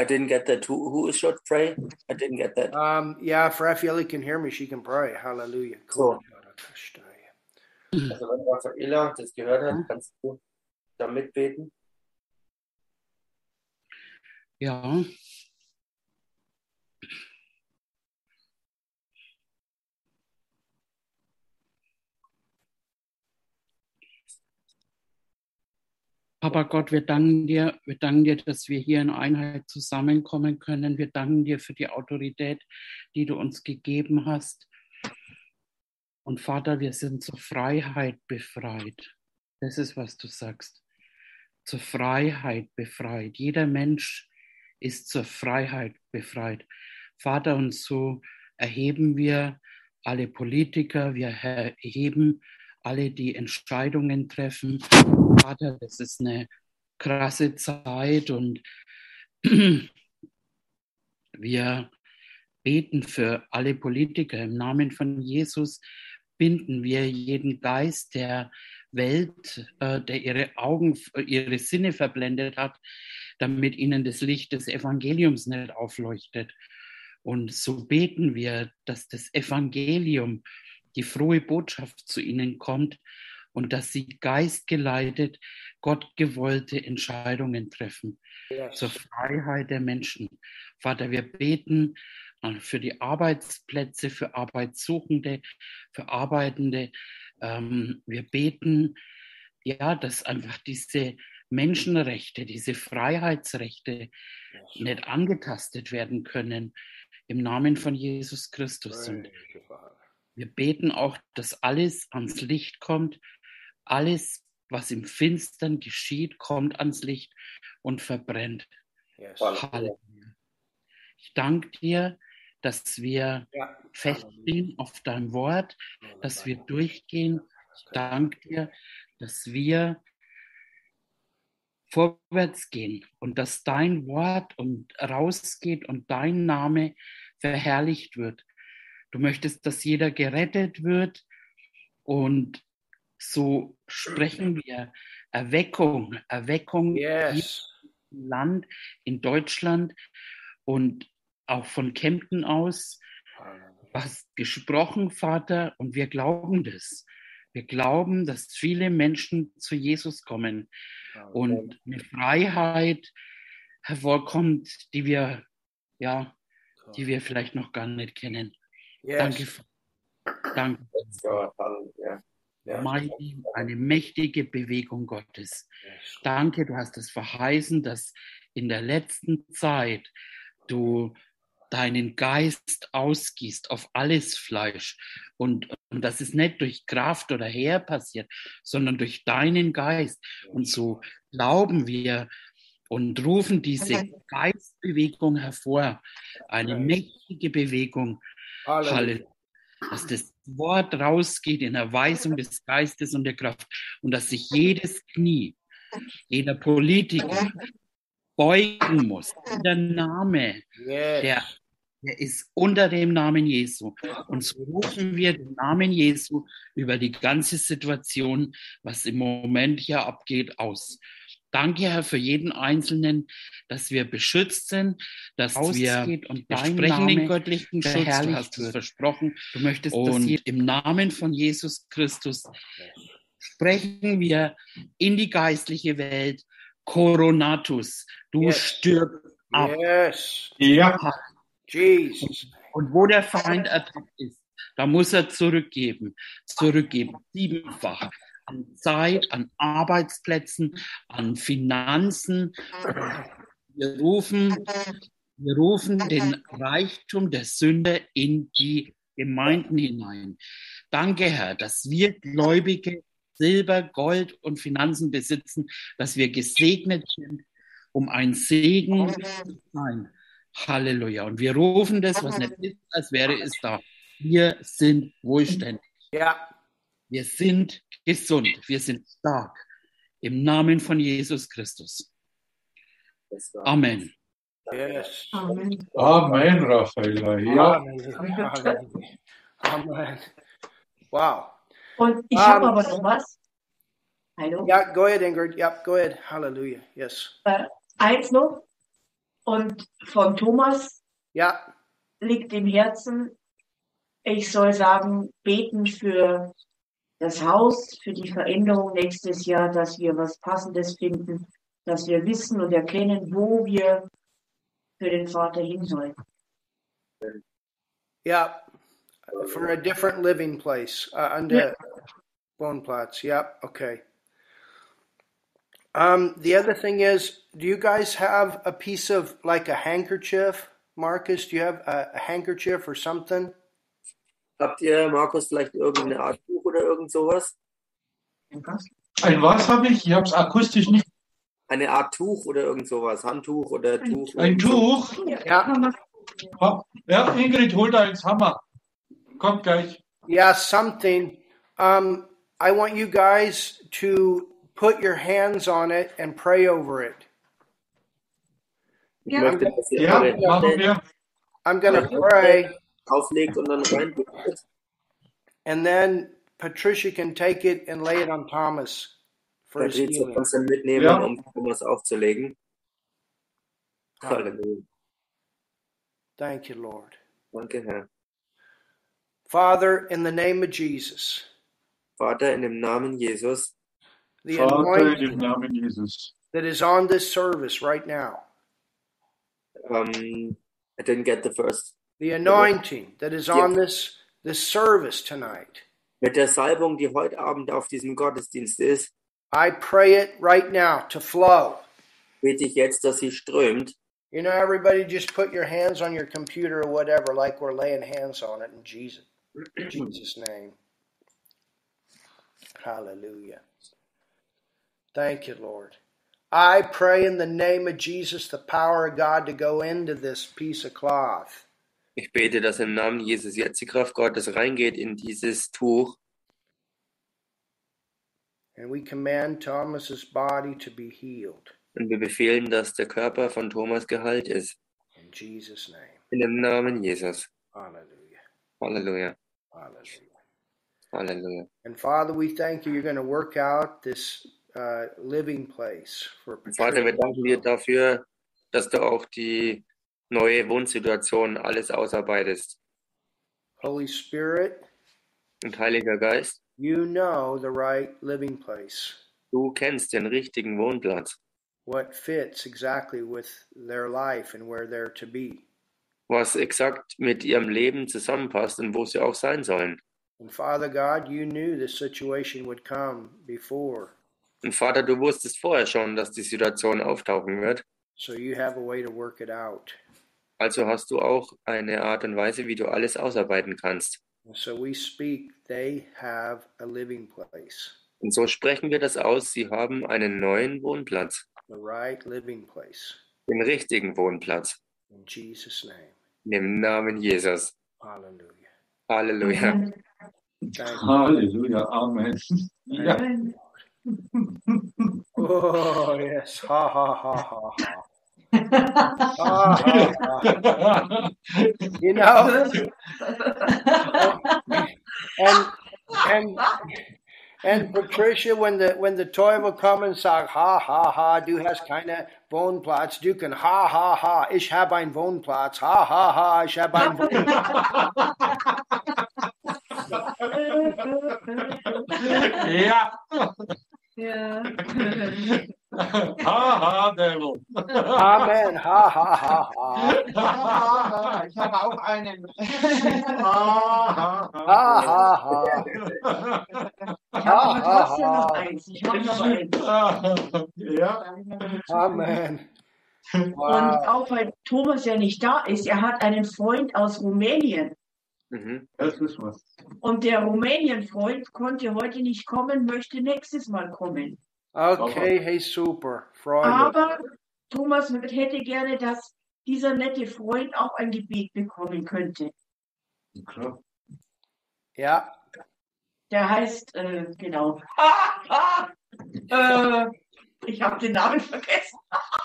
A: I didn't get that. Who, who should pray? I didn't get that.
B: Um, yeah, if Raphael can hear me, she can pray. Hallelujah. Kola baraka sha-
A: Also wenn Raffaella das gehört hat, kannst du da mitbeten.
C: Ja. Aber Gott, wir danken dir, wir danken dir, dass wir hier in Einheit zusammenkommen können. Wir danken dir für die Autorität, die du uns gegeben hast. Und Vater, wir sind zur Freiheit befreit. Das ist, was du sagst. Zur Freiheit befreit. Jeder Mensch ist zur Freiheit befreit. Vater, und so erheben wir alle Politiker, wir erheben alle, die Entscheidungen treffen. Vater, das ist eine krasse Zeit und wir beten für alle Politiker. Im Namen von Jesus binden wir jeden Geist der Welt, äh, der ihre Augen, äh, ihre Sinne verblendet hat, damit ihnen das Licht des Evangeliums nicht aufleuchtet. Und so beten wir, dass das Evangelium, die frohe Botschaft zu ihnen kommt und dass sie geistgeleitet, gottgewollte Entscheidungen treffen
B: Yes.
C: zur Freiheit der Menschen. Vater, wir beten äh, für die Arbeitsplätze, für Arbeitssuchende, für Arbeitende. Ähm, wir beten, ja, dass einfach diese Menschenrechte, diese Freiheitsrechte nicht angetastet werden können im Namen von Jesus Christus. Und
B: Praise you, Father.
C: wir beten auch, dass alles ans Licht kommt. Alles, was im Finstern geschieht, kommt ans Licht und verbrennt.
B: Yes.
C: Halleluja. Ich danke dir, dass wir
B: Ja.
C: feststehen auf dein Wort, dass wir durchgehen. Ich danke dir, dass wir vorwärts gehen und dass dein Wort und rausgeht und dein Name verherrlicht wird. Du möchtest, dass jeder gerettet wird und so sprechen wir Erweckung, Erweckung hier
B: Yes.
C: Land, in Deutschland und auch von Kempten aus was gesprochen, Vater, und wir glauben das. Wir glauben, dass viele Menschen zu Jesus kommen und eine Freiheit hervorkommt, die wir, ja, die wir vielleicht noch gar nicht kennen.
B: Yes.
C: Danke, Vater. danke.
A: Gott, Halleluja.
B: Ja.
C: Mighty, eine mächtige Bewegung Gottes.
B: Yes.
C: Danke, du hast es verheißen, dass in der letzten Zeit du deinen Geist ausgießt auf alles Fleisch. Und, und das ist nicht durch Kraft oder Heer passiert, sondern durch deinen Geist. Und so glauben wir und rufen diese Geistbewegung hervor. Eine mächtige Bewegung.
B: Hallelujah.
C: Halleluja. Dass das Wort rausgeht in Erweisung des Geistes und der Kraft und dass sich jedes Knie, jeder Politiker beugen muss. Der Name,
B: Yes.
C: der, der ist unter dem Namen Jesu. Und so rufen wir den Namen Jesu über die ganze Situation, was im Moment hier abgeht, aus. Danke, Herr, für jeden Einzelnen, dass wir beschützt sind, dass wir,
G: und
C: wir
G: dein
C: sprechen
G: Name
C: den göttlichen Schutz. Du
G: verherrlicht
C: hast es
G: wird.
C: versprochen.
G: Du möchtest, dass
C: Und
G: jeder
C: im Namen von Jesus Christus sprechen wir in die geistliche Welt. Coronatus, du
B: Yes.
C: stirbst ab.
B: Yes.
D: Ja,
B: Jesus.
C: Und wo der Feind ertappt ist, da muss er zurückgeben. Zurückgeben. Siebenfach. An Zeit, an Arbeitsplätzen, an Finanzen. Wir rufen, wir rufen den Reichtum der Sünde in die Gemeinden hinein. Danke, Herr, dass wir Gläubige Silber, Gold und Finanzen besitzen, dass wir gesegnet sind, um ein Segen zu sein. Halleluja. Und wir rufen das, was nicht ist, als wäre es da. Wir sind wohlständig.
B: Ja.
C: Wir sind gesund. Wir sind stark. Im Namen von Jesus Christus.
A: Das war-
C: Amen.
B: Yes.
E: Amen.
D: Amen, Raffaella. Ja,
B: Hallelujah. Hallelujah. Amen. Wow.
F: Und ich
B: Um,
F: habe aber noch was. Hallo?
B: Yeah, go ahead, Ingrid. Yep, go ahead. Hallelujah. Yes.
F: Eins noch. Und von Thomas
B: Yeah.
F: liegt im Herzen, ich soll sagen, beten für das Haus, für die Veränderung nächstes Jahr, dass wir was Passendes finden, dass wir wissen und erkennen, wo wir für den Vater hin sollen.
B: Yeah. For a different living place uh, under Bonplatz. Yep. Okay. Um, the other thing is, do you guys have a piece of like a handkerchief? Marcus, do you have a, a handkerchief or something?
A: Habt ihr, Markus, vielleicht irgendeine Art Buch oder irgend sowas?
D: Ein was habe ich? Ich habe es akustisch nicht.
A: Eine Art Tuch oder irgend sowas? Handtuch oder Tuch?
D: Ein Tuch?
B: Ja.
D: Ha- Ja, Ingrid, hol da eins. Hammer. Kommt gleich.
B: Yeah, something. Um, I want you guys to put your hands on it and pray over it.
A: Ich
E: Ja.
A: möchte, dass ihr
D: Ja,
A: eure
D: machen
A: Hände
D: wir.
B: I'm going to
A: Okay.
B: pray,
A: auflegt und dann reinbringt.
B: and then Patricia can take it and lay it on Thomas for his
A: Patrizia
B: healing.
A: kannst du dann mitnehmen,
D: Ja.
A: um Thomas aufzulegen. Halleluja.
B: Thank you, Lord.
A: Danke, Herr.
B: Father, in the name of Jesus,
A: Vater, in dem Namen Jesus,
B: the
D: Vater,
B: anointing
D: im Namen Jesus.
B: that is on this service right now,
A: ähm, I didn't get the first.
B: the anointing that is on this this service tonight,
A: Mit der Salbung, die heute Abend auf diesem Gottesdienst ist,
B: I pray it right now to flow.
A: bete ich jetzt, dass sie strömt.
B: You know, everybody just put your hands on your computer or whatever, like we're laying hands on it in Jesus, Jesus' name. Hallelujah. Thank you, Lord. I pray in the name of Jesus the power of God to go into this piece of cloth.
A: Ich bete, dass im Namen Jesus jetzt die Kraft Gottes reingeht in dieses Tuch.
B: And we command Thomas's body to be healed
A: Und wir befehlen, dass der Körper von Thomas geheilt ist.
B: in Jesus' name.
A: In dem Namen Jesus.
B: Hallelujah.
A: Halleluja.
B: Hallelujah.
A: Halleluja.
B: And Father, we thank you. You're going to work out this uh, living place for
A: Vater, wir danken dir
B: Patricia.
A: dafür, dass du auch die neue Wohnsituation alles ausarbeitest.
B: Holy Spirit,
A: Und Heiliger Geist,
B: you know the right living place,
A: du kennst den richtigen Wohnplatz,
B: what fits exactly with their life and where they're to be.
A: was exakt mit ihrem Leben zusammenpasst und wo sie auch sein sollen.
B: And Father God, you knew this situation would come before,
A: Und Vater, du wusstest vorher schon, dass die Situation auftauchen wird.
B: so you have a way to work it out.
A: Also hast du auch eine Art und Weise, wie du alles ausarbeiten kannst.
B: And so we speak, they have a living place,
A: Und so sprechen wir das aus. Sie haben einen neuen Wohnplatz,
B: the right living place.
A: den richtigen Wohnplatz,
B: In Jesus' name.
A: in dem Namen Jesus.
B: Hallelujah.
A: Halleluja.
B: Thank you.
D: Halleluja. Amen. Ja.
B: Oh, yes. Ha, ha, ha, ha, ha. ha, ha, ha. You know, and and and Patricia, when the when the toy will come and say, ha ha ha, du hast keine Wohnplatz, du can ha ha ha, ich habe einen Wohnplatz, ha ha ha, ich habe einen Wohnplatz.
D: ja.
E: Ja.
D: Haha, Devil.
B: Amen, ha ha ha ha,
D: Haha,
G: Ich habe auch einen.
B: ha ha ha, ha
F: Ich habe aber
B: ha
F: trotzdem noch
B: ha,
F: eins. Ich habe noch eins.
D: Ja.
B: Amen.
F: Und
B: Wow.
F: auch weil Thomas ja nicht da ist, er hat einen Freund aus Rumänien.
A: Mhm.
D: Das ist was.
F: Und der Rumänien-Freund konnte heute nicht kommen, möchte nächstes Mal kommen.
B: Okay, hey, super, Freunde.
F: Aber Thomas hätte gerne, dass dieser nette Freund auch ein Gebet bekommen könnte.
D: Klar.
B: Ja,
F: Der heißt, äh, genau. Ha, ha, äh, ich habe den Namen vergessen.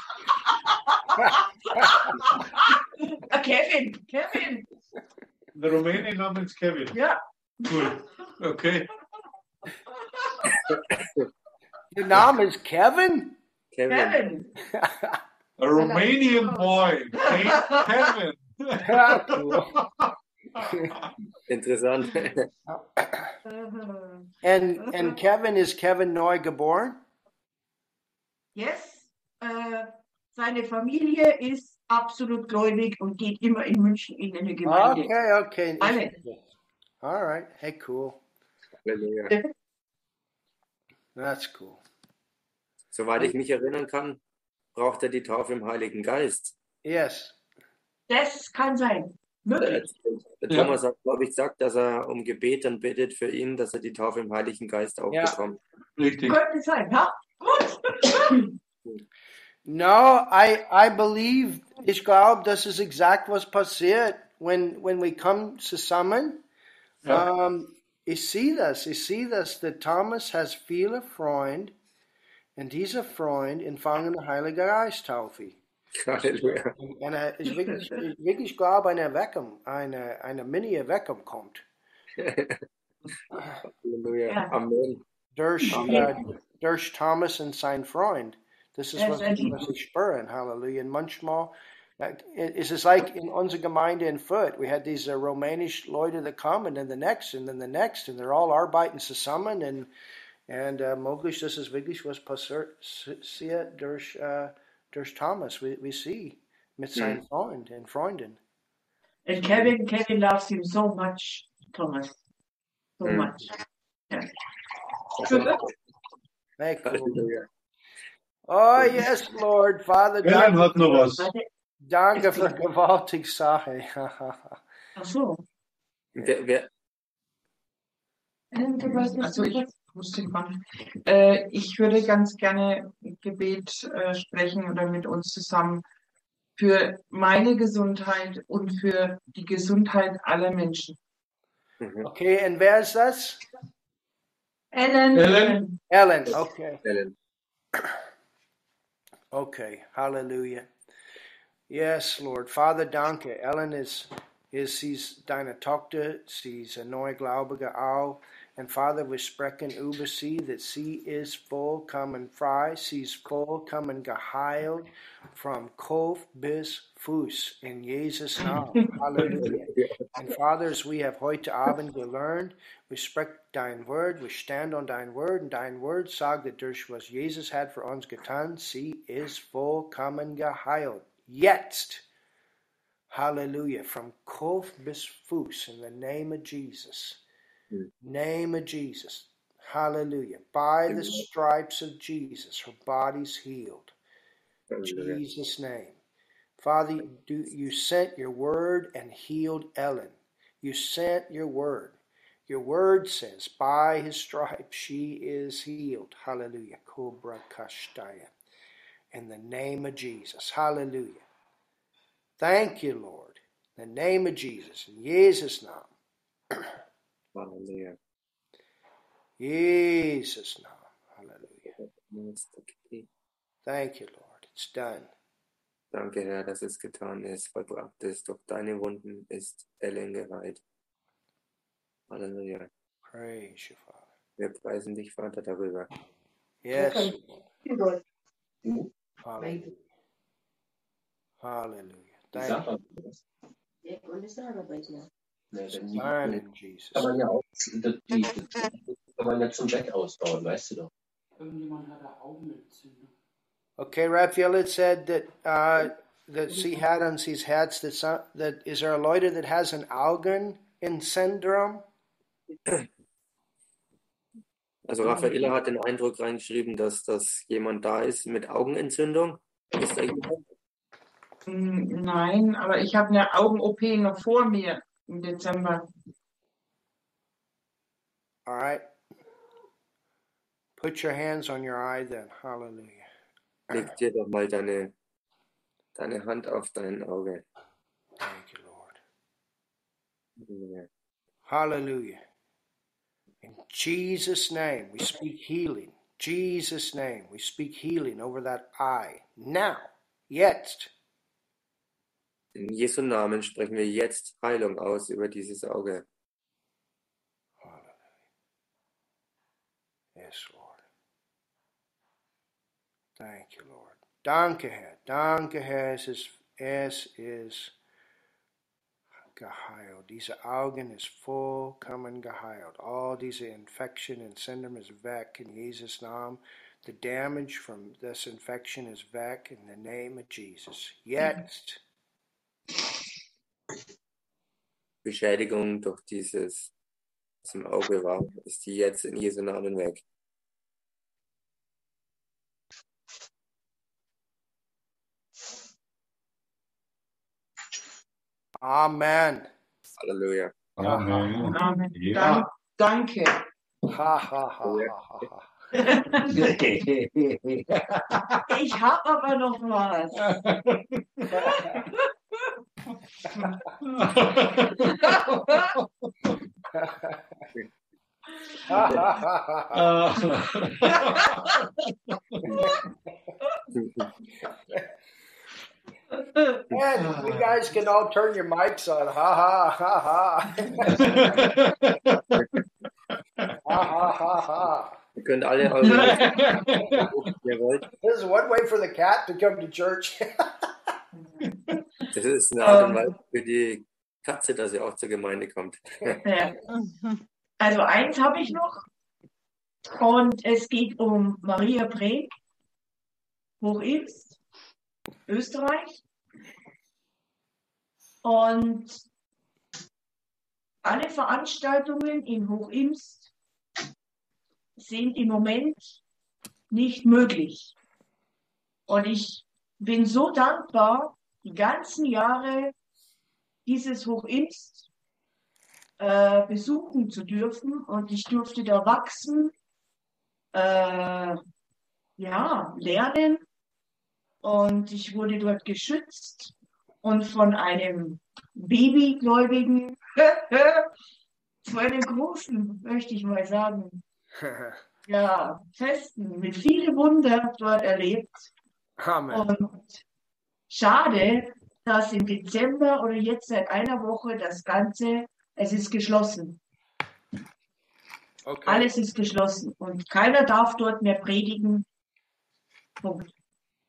F: Ah, Kevin, Kevin,
D: Der Rumäne namens Kevin.
F: ja.
D: Cool. Okay.
B: your name is Kevin.
A: Kevin.
F: Kevin.
D: A Romanian boy. named Kevin.
B: Ja, cool.
A: Interessant.
F: Äh,
B: And and Kevin is Kevin Noy geboren?
F: Yes, äh, seine Familie ist absolut gläubig und geht immer in München in eine Gemeinde.
B: Ah, Okay, okay.
F: Amen.
B: All right. Hey, cool.
A: Halleluja.
B: That's cool.
A: Soweit ich mich erinnern kann, braucht er die Taufe im Heiligen Geist.
B: Yes.
F: Das kann sein.
A: Äh,
F: Möglich.
A: Thomas hat, glaube ich, gesagt, dass er um Gebet dann bittet für ihn, dass er die Taufe im Heiligen Geist auch
B: Ja.
A: bekommt.
D: Richtig.
F: Könnte sein, ja? Gut.
B: No, I I believe ich glaube, das ist exakt was passiert, when when we come zusammen.
D: Ja.
B: Um, ich sehe das, ich sehe das, der Thomas has viele Freunde und diese Freunde empfangen die Heilige Geisttaufe.
A: Halleluja.
B: Und äh, ich wirklich, ich wirklich glaube, eine Erweckung, eine eine Mini-Erweckung kommt
A: Halleluja.
F: Ja.
A: Amen.
B: durch äh, durch Thomas und sein Freund. Das ist was,
F: Das ist ein-
B: was ich spüre, Halleluja. Und manchmal äh, es ist like in unserer Gemeinde in Fürth, we had these uh, Romanish Leute that come and then the next and then the next and they're all arbeiten zusammen and and uh, möglich das ist wirklich was passiert sehr durch uh, durch Thomas, we, we see mit seinen Freund und Freunden.
F: And Äh, Kevin, Kevin loves him so much, Thomas. So
B: Hm.
A: Mhm.
F: much.
B: Hey, cool.
A: Halleluja.
B: Oh yes, Lord, Father,
D: Jan
B: danke,
D: hat noch was.
F: Warte,
B: danke für gewaltige Sache.
F: ach so.
A: Wer, wer,
G: Ähm, Du weißt nicht,
E: Also
G: so
E: ich
G: was.
E: muss den Mann. Äh, ich würde ganz gerne Gebet äh, sprechen oder mit uns zusammen für meine Gesundheit und für die Gesundheit aller Menschen.
A: Mhm.
B: Okay, und wer ist das?
F: Ellen.
D: Ellen?
B: Ellen. Okay.
A: Ellen.
B: Okay, hallelujah. Yes, Lord. Father, danke. Ellen ist, ist sie ist deine Tochter, sie ist eine Neuglaubige auch. Und Father, wir sprechen über sie, dass sie ist vollkommen frei, sie ist vollkommen geheilt, vom Kopf bis Fuß, in Jesus' Namen. Hallelujah. And fathers, we have heute Abend gelernt, we sprechen dein Wort, we stand on dein Wort, und dein Wort sagt, dass durch was Jesus hat für uns getan, sie ist vollkommen geheilt. Jetzt! Hallelujah. From Kopf bis Fuß, in the name of Jesus. Name of Jesus. Hallelujah. By the
A: Amen.
B: stripes of Jesus, her body's healed.
A: Halleluja.
B: Jesus' name. Father, do, you sent your word and healed Ellen. You sent your word. Your word says, by his stripes she is healed. Hallelujah. Cobra Kashtaya. In the name of Jesus. Hallelujah. Thank you, Lord. In the name of Jesus. In Jesus' name.
A: Halleluja.
B: Jesus' name. Hallelujah.
A: Okay.
B: Thank you, Lord. It's done.
A: Danke, Herr, dass es getan ist, vollbracht ist. Durch deine Wunden ist Ellen geheilt. Halleluja.
B: Praise you, Father.
A: Wir preisen dich, Vater, darüber.
B: Yes.
G: Okay.
B: Lord.
G: Überall.
B: Hallelujah. Hallelujah. Thank you.
H: Sachen. Ne, wenn die,
B: Nein,
H: kann
B: in Jesus.
H: man ja auch, die, die kann man ja zum Jack ausbauen, weißt du doch.
C: Irgendjemand hat da Augenentzündung.
B: Okay, Raphael had said that uh, that she had on these hats that some, that is there a Leute that has an Augen in syndrome?
A: Also Raffaella hat den Eindruck reingeschrieben, dass, dass jemand da ist mit Augenentzündung. Ist da jemand?
E: Hm, Nein, aber ich habe eine Augen-OP noch vor mir im Dezember.
B: All right. Put your hands on your eye then. Hallelujah.
A: Leg dir doch mal deine, deine Hand auf dein Auge.
B: Thank you, Lord.
A: Halleluja.
B: Hallelujah. In Jesus' name, we speak healing. Jesus' name, we speak healing over that eye. Now, jetzt.
A: In Jesu Namen sprechen wir jetzt Heilung aus über dieses Auge.
B: Hallelujah. Yes, Lord. Thank you, Lord. Danke, Herr. Danke, Herr. Es ist, es ist geheilt. Diese Augen ist vollkommen geheilt. All diese Infection and Syndrome ist weg in Jesus' Namen. The damage from this infection is weg in the name of Jesus. Jetzt.
A: Beschädigung durch dieses, was im Auge war, ist die jetzt in Jesu Namen weg.
B: Amen.
A: Halleluja.
D: Amen.
E: Amen.
D: Ja.
E: Dank- Danke.
B: Ha, ha, ha, ha, ha, ha.
F: Ich habe aber noch was.
B: Ha, ha, ha, ha, ha.
D: Ah.
B: Man, you guys can all turn your mics on. Ha ha ha ha. Ha ha ha ha.
A: Ihr könnt alle eure Mics, wenn ihr wollt.
B: This is one way for the cat to come to church.
A: Das ist eine Art und Weise für die Katze, dass sie auch zur Gemeinde kommt.
F: Ja. Also eins habe ich noch. Und es geht um Maria Breg, Hochimst, Österreich. Und alle Veranstaltungen in Hochimst sind im Moment nicht möglich. Und ich bin so dankbar, die ganzen Jahre dieses Hochimst äh, besuchen zu dürfen und ich durfte da wachsen, äh, ja, lernen und ich wurde dort geschützt und von einem Babygläubigen zu einem großen, möchte ich mal sagen, ja, festen, mit viele Wunder dort erlebt.
B: Amen.
F: Und schade, dass im Dezember oder jetzt seit einer Woche das Ganze, es ist geschlossen.
B: Okay.
F: Alles ist geschlossen und keiner darf dort mehr predigen. Punkt.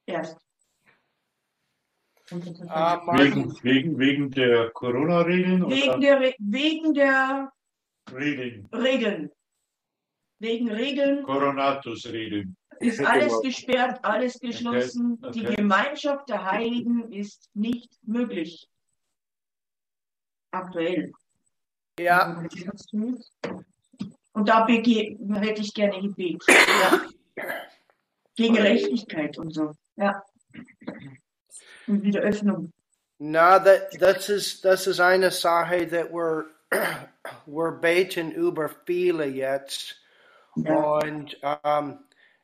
F: Erst.
B: Ah,
D: Wegen,
B: Martin,
D: wegen, wegen der Corona-Regeln
F: Wegen
D: oder
F: der, Re- wegen der
D: Regeln,
F: Regeln. Wegen Regeln
D: Coronatus-Regeln.
F: ist
A: Genau.
F: alles gesperrt, alles geschlossen.
D: Okay,
F: Die
D: okay.
F: Gemeinschaft der Heiligen ist nicht möglich. Aktuell.
B: ja,
F: Und da bege- hätte ich gerne Gebet. Ja. Gegen Gerechtigkeit und so. Ja. Und wieder Öffnung.
B: na, that, das ist, das ist eine Sache, that we're, we're beten über viele jetzt.
F: Ja.
B: Und ähm,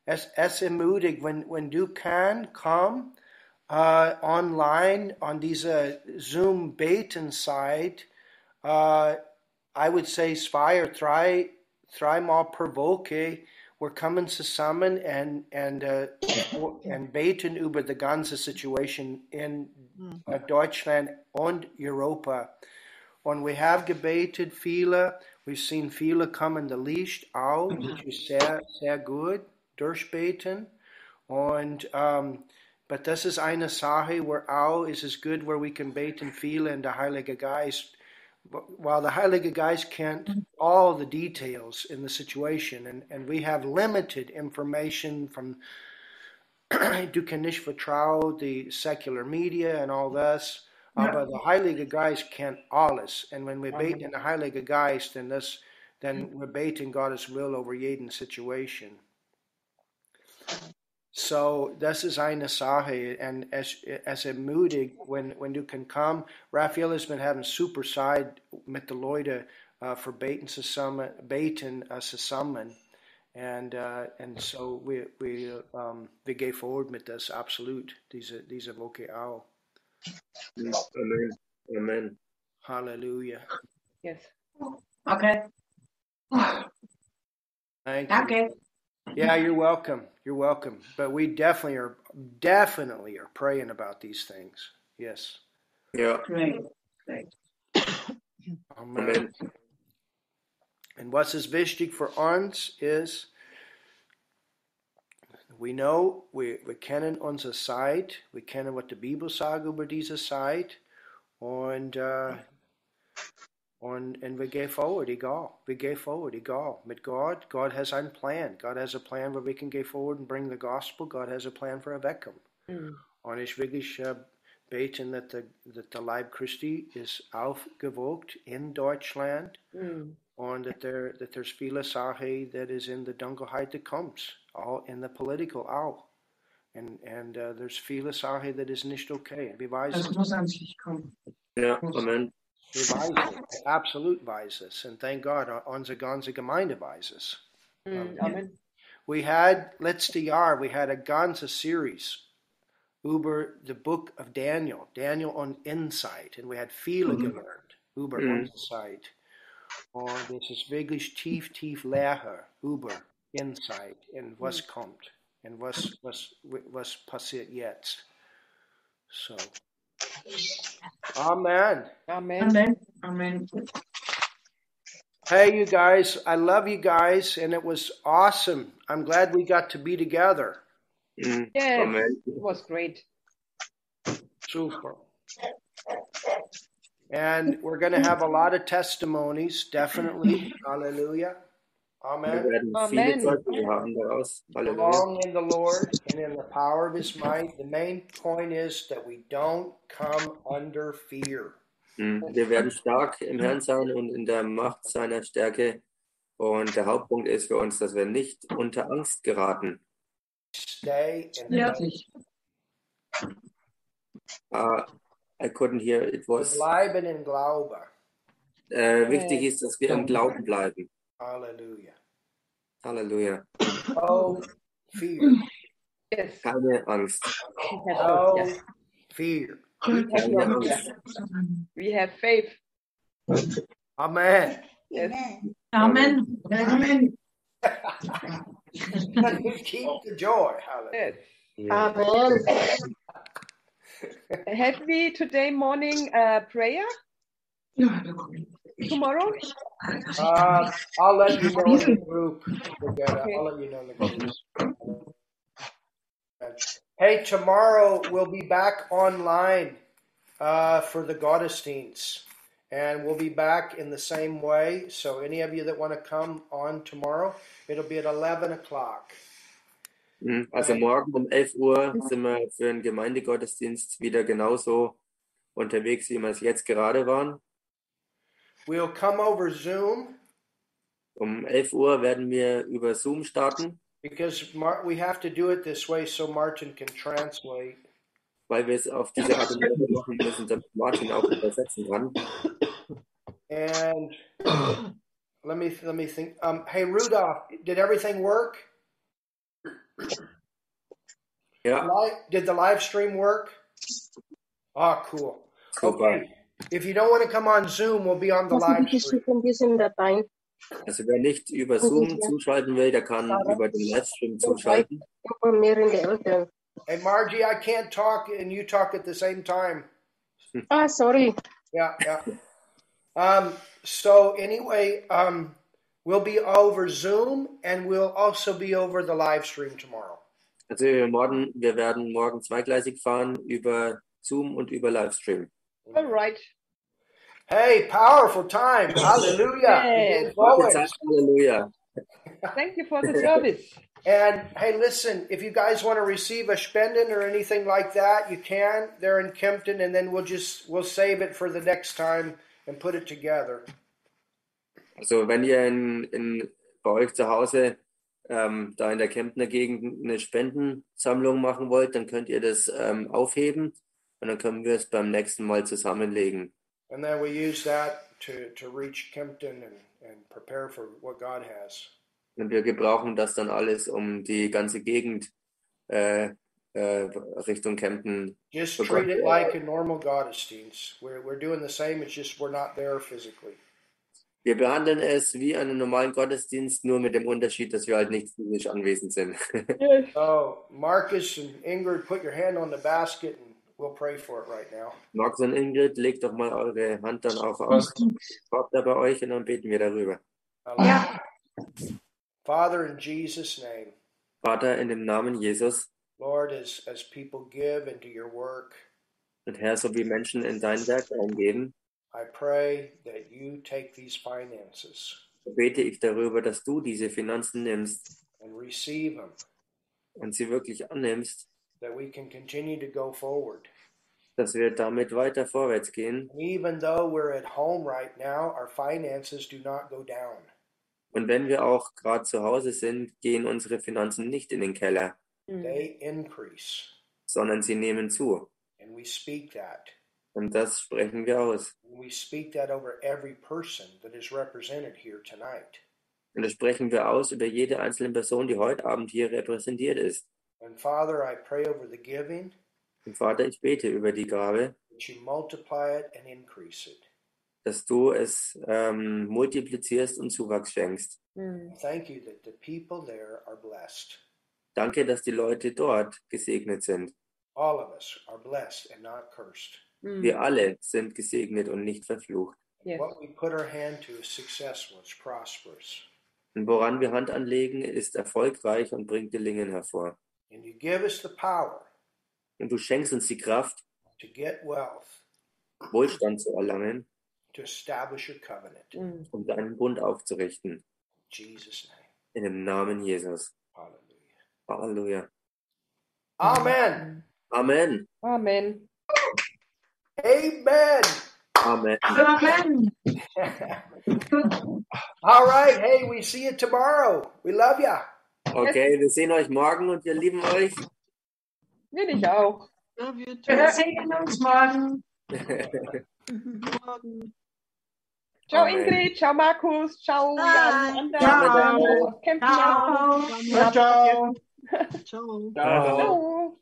B: es, es ermutigt, wenn, wenn du kann, komm äh, online uh, an diese Zoom-Beten-Site. Äh, I would say zwei oder drei, dreimal per Woche. Wir kommen zusammen und, und, äh, und beten über die ganze Situation in äh, Deutschland und Europa. Und wir haben gebetet viele. We've seen viele kommen der Licht auch, which is sehr, sehr gut, durchbeten. Und, ähm, but das ist eine Sache, where auch ist es gut, where we can beten viele in der Heilige Geist. While the Heilige Geist can't all the details in the situation, and, and we have limited information from du kannst nicht vertrauen, die secular media and all this. uh,
F: Ja.
B: Aber der Heilige Geist kennt alles. Und wenn wir beten in der Heilige Geist, dann, das, dann wir beten Gottes Will over jeden Situation. So, das ist eine Sache. Und es, es ermutigt, wenn, wenn du kann kommen. Raphael has been having super side mit den Leuten uh, für Beten zusammen. Beten, äh, zusammen. And uh, and so we we um, we gave forward with this absolute. These are these are oh, okay. Ow,
A: Amen. Amen.
B: hallelujah.
F: Okay,
B: Thank you.
F: danke.
B: Yeah, you're welcome. You're welcome. But we definitely are definitely are praying about these things. Yes.
A: Ja,
F: Great.
B: Amen.
A: Amen.
B: And what's is wichtig for uns is we know we we kennen unsere Zeit. We kennen what the Bibel sagt über diese Zeit. Und uh, Und, and we go forward, egal. We go forward, egal. With God, God has a plan. God has a plan where we can go forward and bring the gospel. God has a plan for a Beckham. Und ich wirklich äh, beten, dass der, dass der Leib Christi ist aufgewogt in Deutschland
I: Mm.
B: er, und dass there, that there's viele Sachen, that is in der Dunkelheit, that comes. All in the political auch. eh, er And, and uh, there's viele Sachen, that is nicht okay. Wir
E: Das
B: wissen,
E: muss ans Licht kommen.
A: Ja, Amen.
B: He buys us. Absolute buys us. And thank God, unsere ganze Gemeinde buys us.
E: Amen.
B: We had, letzte Jahr, we had a ganze series über the book of Daniel, Daniel on Insight. And we had viele
A: Mhm.
B: gelernt über
A: Mhm.
B: Insight. Oh, Und es ist wirklich tief, tief Lehre über Insight und was kommt und was, was, was passiert jetzt. So. Amen.
G: Amen.
E: Amen. Amen.
B: Hey, you guys, I love you guys, and it was awesome. I'm glad we got to be together.
A: Mhm.
E: Äh,
G: Yes,
A: Amen.
G: it was great.
B: Super. And we're going to have a lot of testimonies, definitely. Hallelujah.
A: Wir
B: Amen.
A: werden viele
G: Amen.
A: Zeugnisse haben daraus. Halleluja.
B: Long in the Lord and in the power of his might. The main point is that we don't come under fear.
A: Mhm. Wir werden stark im Herrn sein und in der Macht seiner Stärke. Und der Hauptpunkt ist für uns, dass wir nicht unter Angst geraten.
B: Stay in
E: Ja.
A: Ah, I couldn't hear it was.
B: Bleiben in Glaube.
A: Äh, wichtig ist, dass wir im Glauben bleiben.
B: Hallelujah.
A: Halleluja.
B: Oh, fear.
G: Yes,
A: Keine Angst.
G: we have,
B: Oh,
G: yes.
B: fear.
G: We have,
A: Keine
G: no fear.
A: Angst.
G: we have faith.
B: Amen.
G: Yes.
E: Amen. Amen.
B: But we keep the joy. Hallelujah.
G: Yes.
A: Amen.
G: Have we today morning uh, prayer?
E: Ja, da komm ich.
G: Tomorrow?
B: Uh, I'll let you know in the group. Brigada.
G: Okay.
B: I'll let you know in the group. Hey, tomorrow we'll be back online uh, for the Gottesdienst. And we'll be back in the same way. So, any of you that want to come on tomorrow, it'll be at 11 o'clock.
A: Mhm. Also morgen um 11 Uhr sind wir für den Gemeindegottesdienst wieder genauso unterwegs, wie wir es jetzt gerade waren.
B: We'll come over Zoom
A: Um 11 Uhr werden wir über Zoom starten,
B: because Mar- we have to do it this way so Martin can translate.
A: weil wir es auf diese Art und Weise machen müssen, damit Martin auch übersetzen kann.
B: And let me let me think. Um, hey Rudolph, did everything work?
A: Ja,
B: Li- Did the live stream work? Ah, cool.
A: super.
B: If you don't want to come on Zoom, we'll be on the live stream.
A: Also wer nicht über Zoom zuschalten will, der kann über den Livestream zuschalten.
B: Hey Margie, I can't talk and you talk at the same time.
I: Ah, sorry.
B: Yeah, yeah. Um, so anyway, um, we'll be over Zoom and we'll also be over the live stream tomorrow.
A: Also wir morgen, wir werden morgen zweigleisig fahren über Zoom und über Livestream.
G: All right.
B: Hey, powerful time. Hallelujah.
G: Yes.
B: As
A: Gute
B: always.
A: Zeit, Halleluja.
G: Thank you for the service.
B: And hey, listen, if you guys want to receive a spenden or anything like that, you can. They're in Kempton, and then we'll just we'll save it for the next time and put it together.
A: Also wenn ihr in, in, bei euch zu Hause ähm, da in der Kemptner Gegend eine Spendensammlung machen wollt, dann könnt ihr das ähm, aufheben und dann können wir es beim nächsten Mal zusammenlegen.
B: And then we use that to, to reach Kempton and, and prepare for what God has.
A: Und wir gebrauchen das dann alles, um die ganze Gegend äh, äh, Richtung Kempten.
B: Just
A: Okay.
B: treat it like a normal Gottesdienst. We're, we're doing the same, it's just we're not there physically.
A: Wir behandeln es wie einen normalen Gottesdienst, nur mit dem Unterschied, dass wir halt nicht physisch anwesend sind.
B: So, Marcus and Ingrid, put your hand on the basket and we'll pray for it right now.
A: Max und Ingrid, legt doch mal eure Hand dann auch auf
D: Was?
A: Habt da bei euch und dann beten wir darüber.
E: Ja.
B: Father, in Jesus' name.
A: Vater, in dem Namen Jesus
B: Lord, as, as people give into your work,
A: und Herr, so wie Menschen in dein Werk eingeben,
B: I pray that you take these finances
A: bete ich darüber, dass du diese Finanzen nimmst
B: and receive them,
A: und sie wirklich annimmst,
B: that we can continue to go forward.
A: dass wir damit weiter vorwärts gehen.
B: And even though we're at home right now, our finances do not go down.
A: Und wenn wir auch gerade zu Hause sind, gehen unsere Finanzen nicht in den Keller,
G: Mm.
I: Mm.
B: They increase,
A: sondern sie nehmen zu.
B: and we speak that.
A: Und das sprechen wir aus.
B: We speak that over every person that is represented here tonight.
A: Und das sprechen wir aus über jede einzelne Person, die heute Abend hier repräsentiert ist.
B: And Father, I pray over the giving
A: Und Vater, ich bete über die Gabe,
B: that you multiply it and increase it.
A: dass du es ähm, multiplizierst und Zuwachs schenkst.
B: Thank you that the people there are blessed.
A: Danke, dass die Leute dort gesegnet sind.
B: All of us are blessed and not cursed.
A: Wir alle sind gesegnet und nicht verflucht.
G: Yes.
B: What we put our hand to is successful, it's prosperous.
A: Und woran wir Hand anlegen, ist erfolgreich und bringt Gelingen hervor.
B: And you give us the power
A: Und du schenkst uns die Kraft,
B: to get wealth,
A: Wohlstand zu erlangen
B: to establish your covenant.
A: und deinen Bund aufzurichten.
B: In Jesus' name.
A: In dem Namen Jesus.
B: Hallelujah.
A: Halleluja.
B: Amen.
A: Amen.
G: Amen.
B: Amen.
A: Amen.
E: Amen.
B: All right. Hey, we see you tomorrow. We love ya.
A: Okay, wir sehen euch morgen und wir lieben euch.
G: Will ich auch.
F: Wir sehen uns morgen.
G: Ciao
A: Amen.
G: Ingrid, ciao Markus, ciao Jan, Anders,
E: Ciao.
G: Daniel, Kämpfen.
F: Ciao.
D: Ciao, ciao.
A: Ciao.
G: Ciao.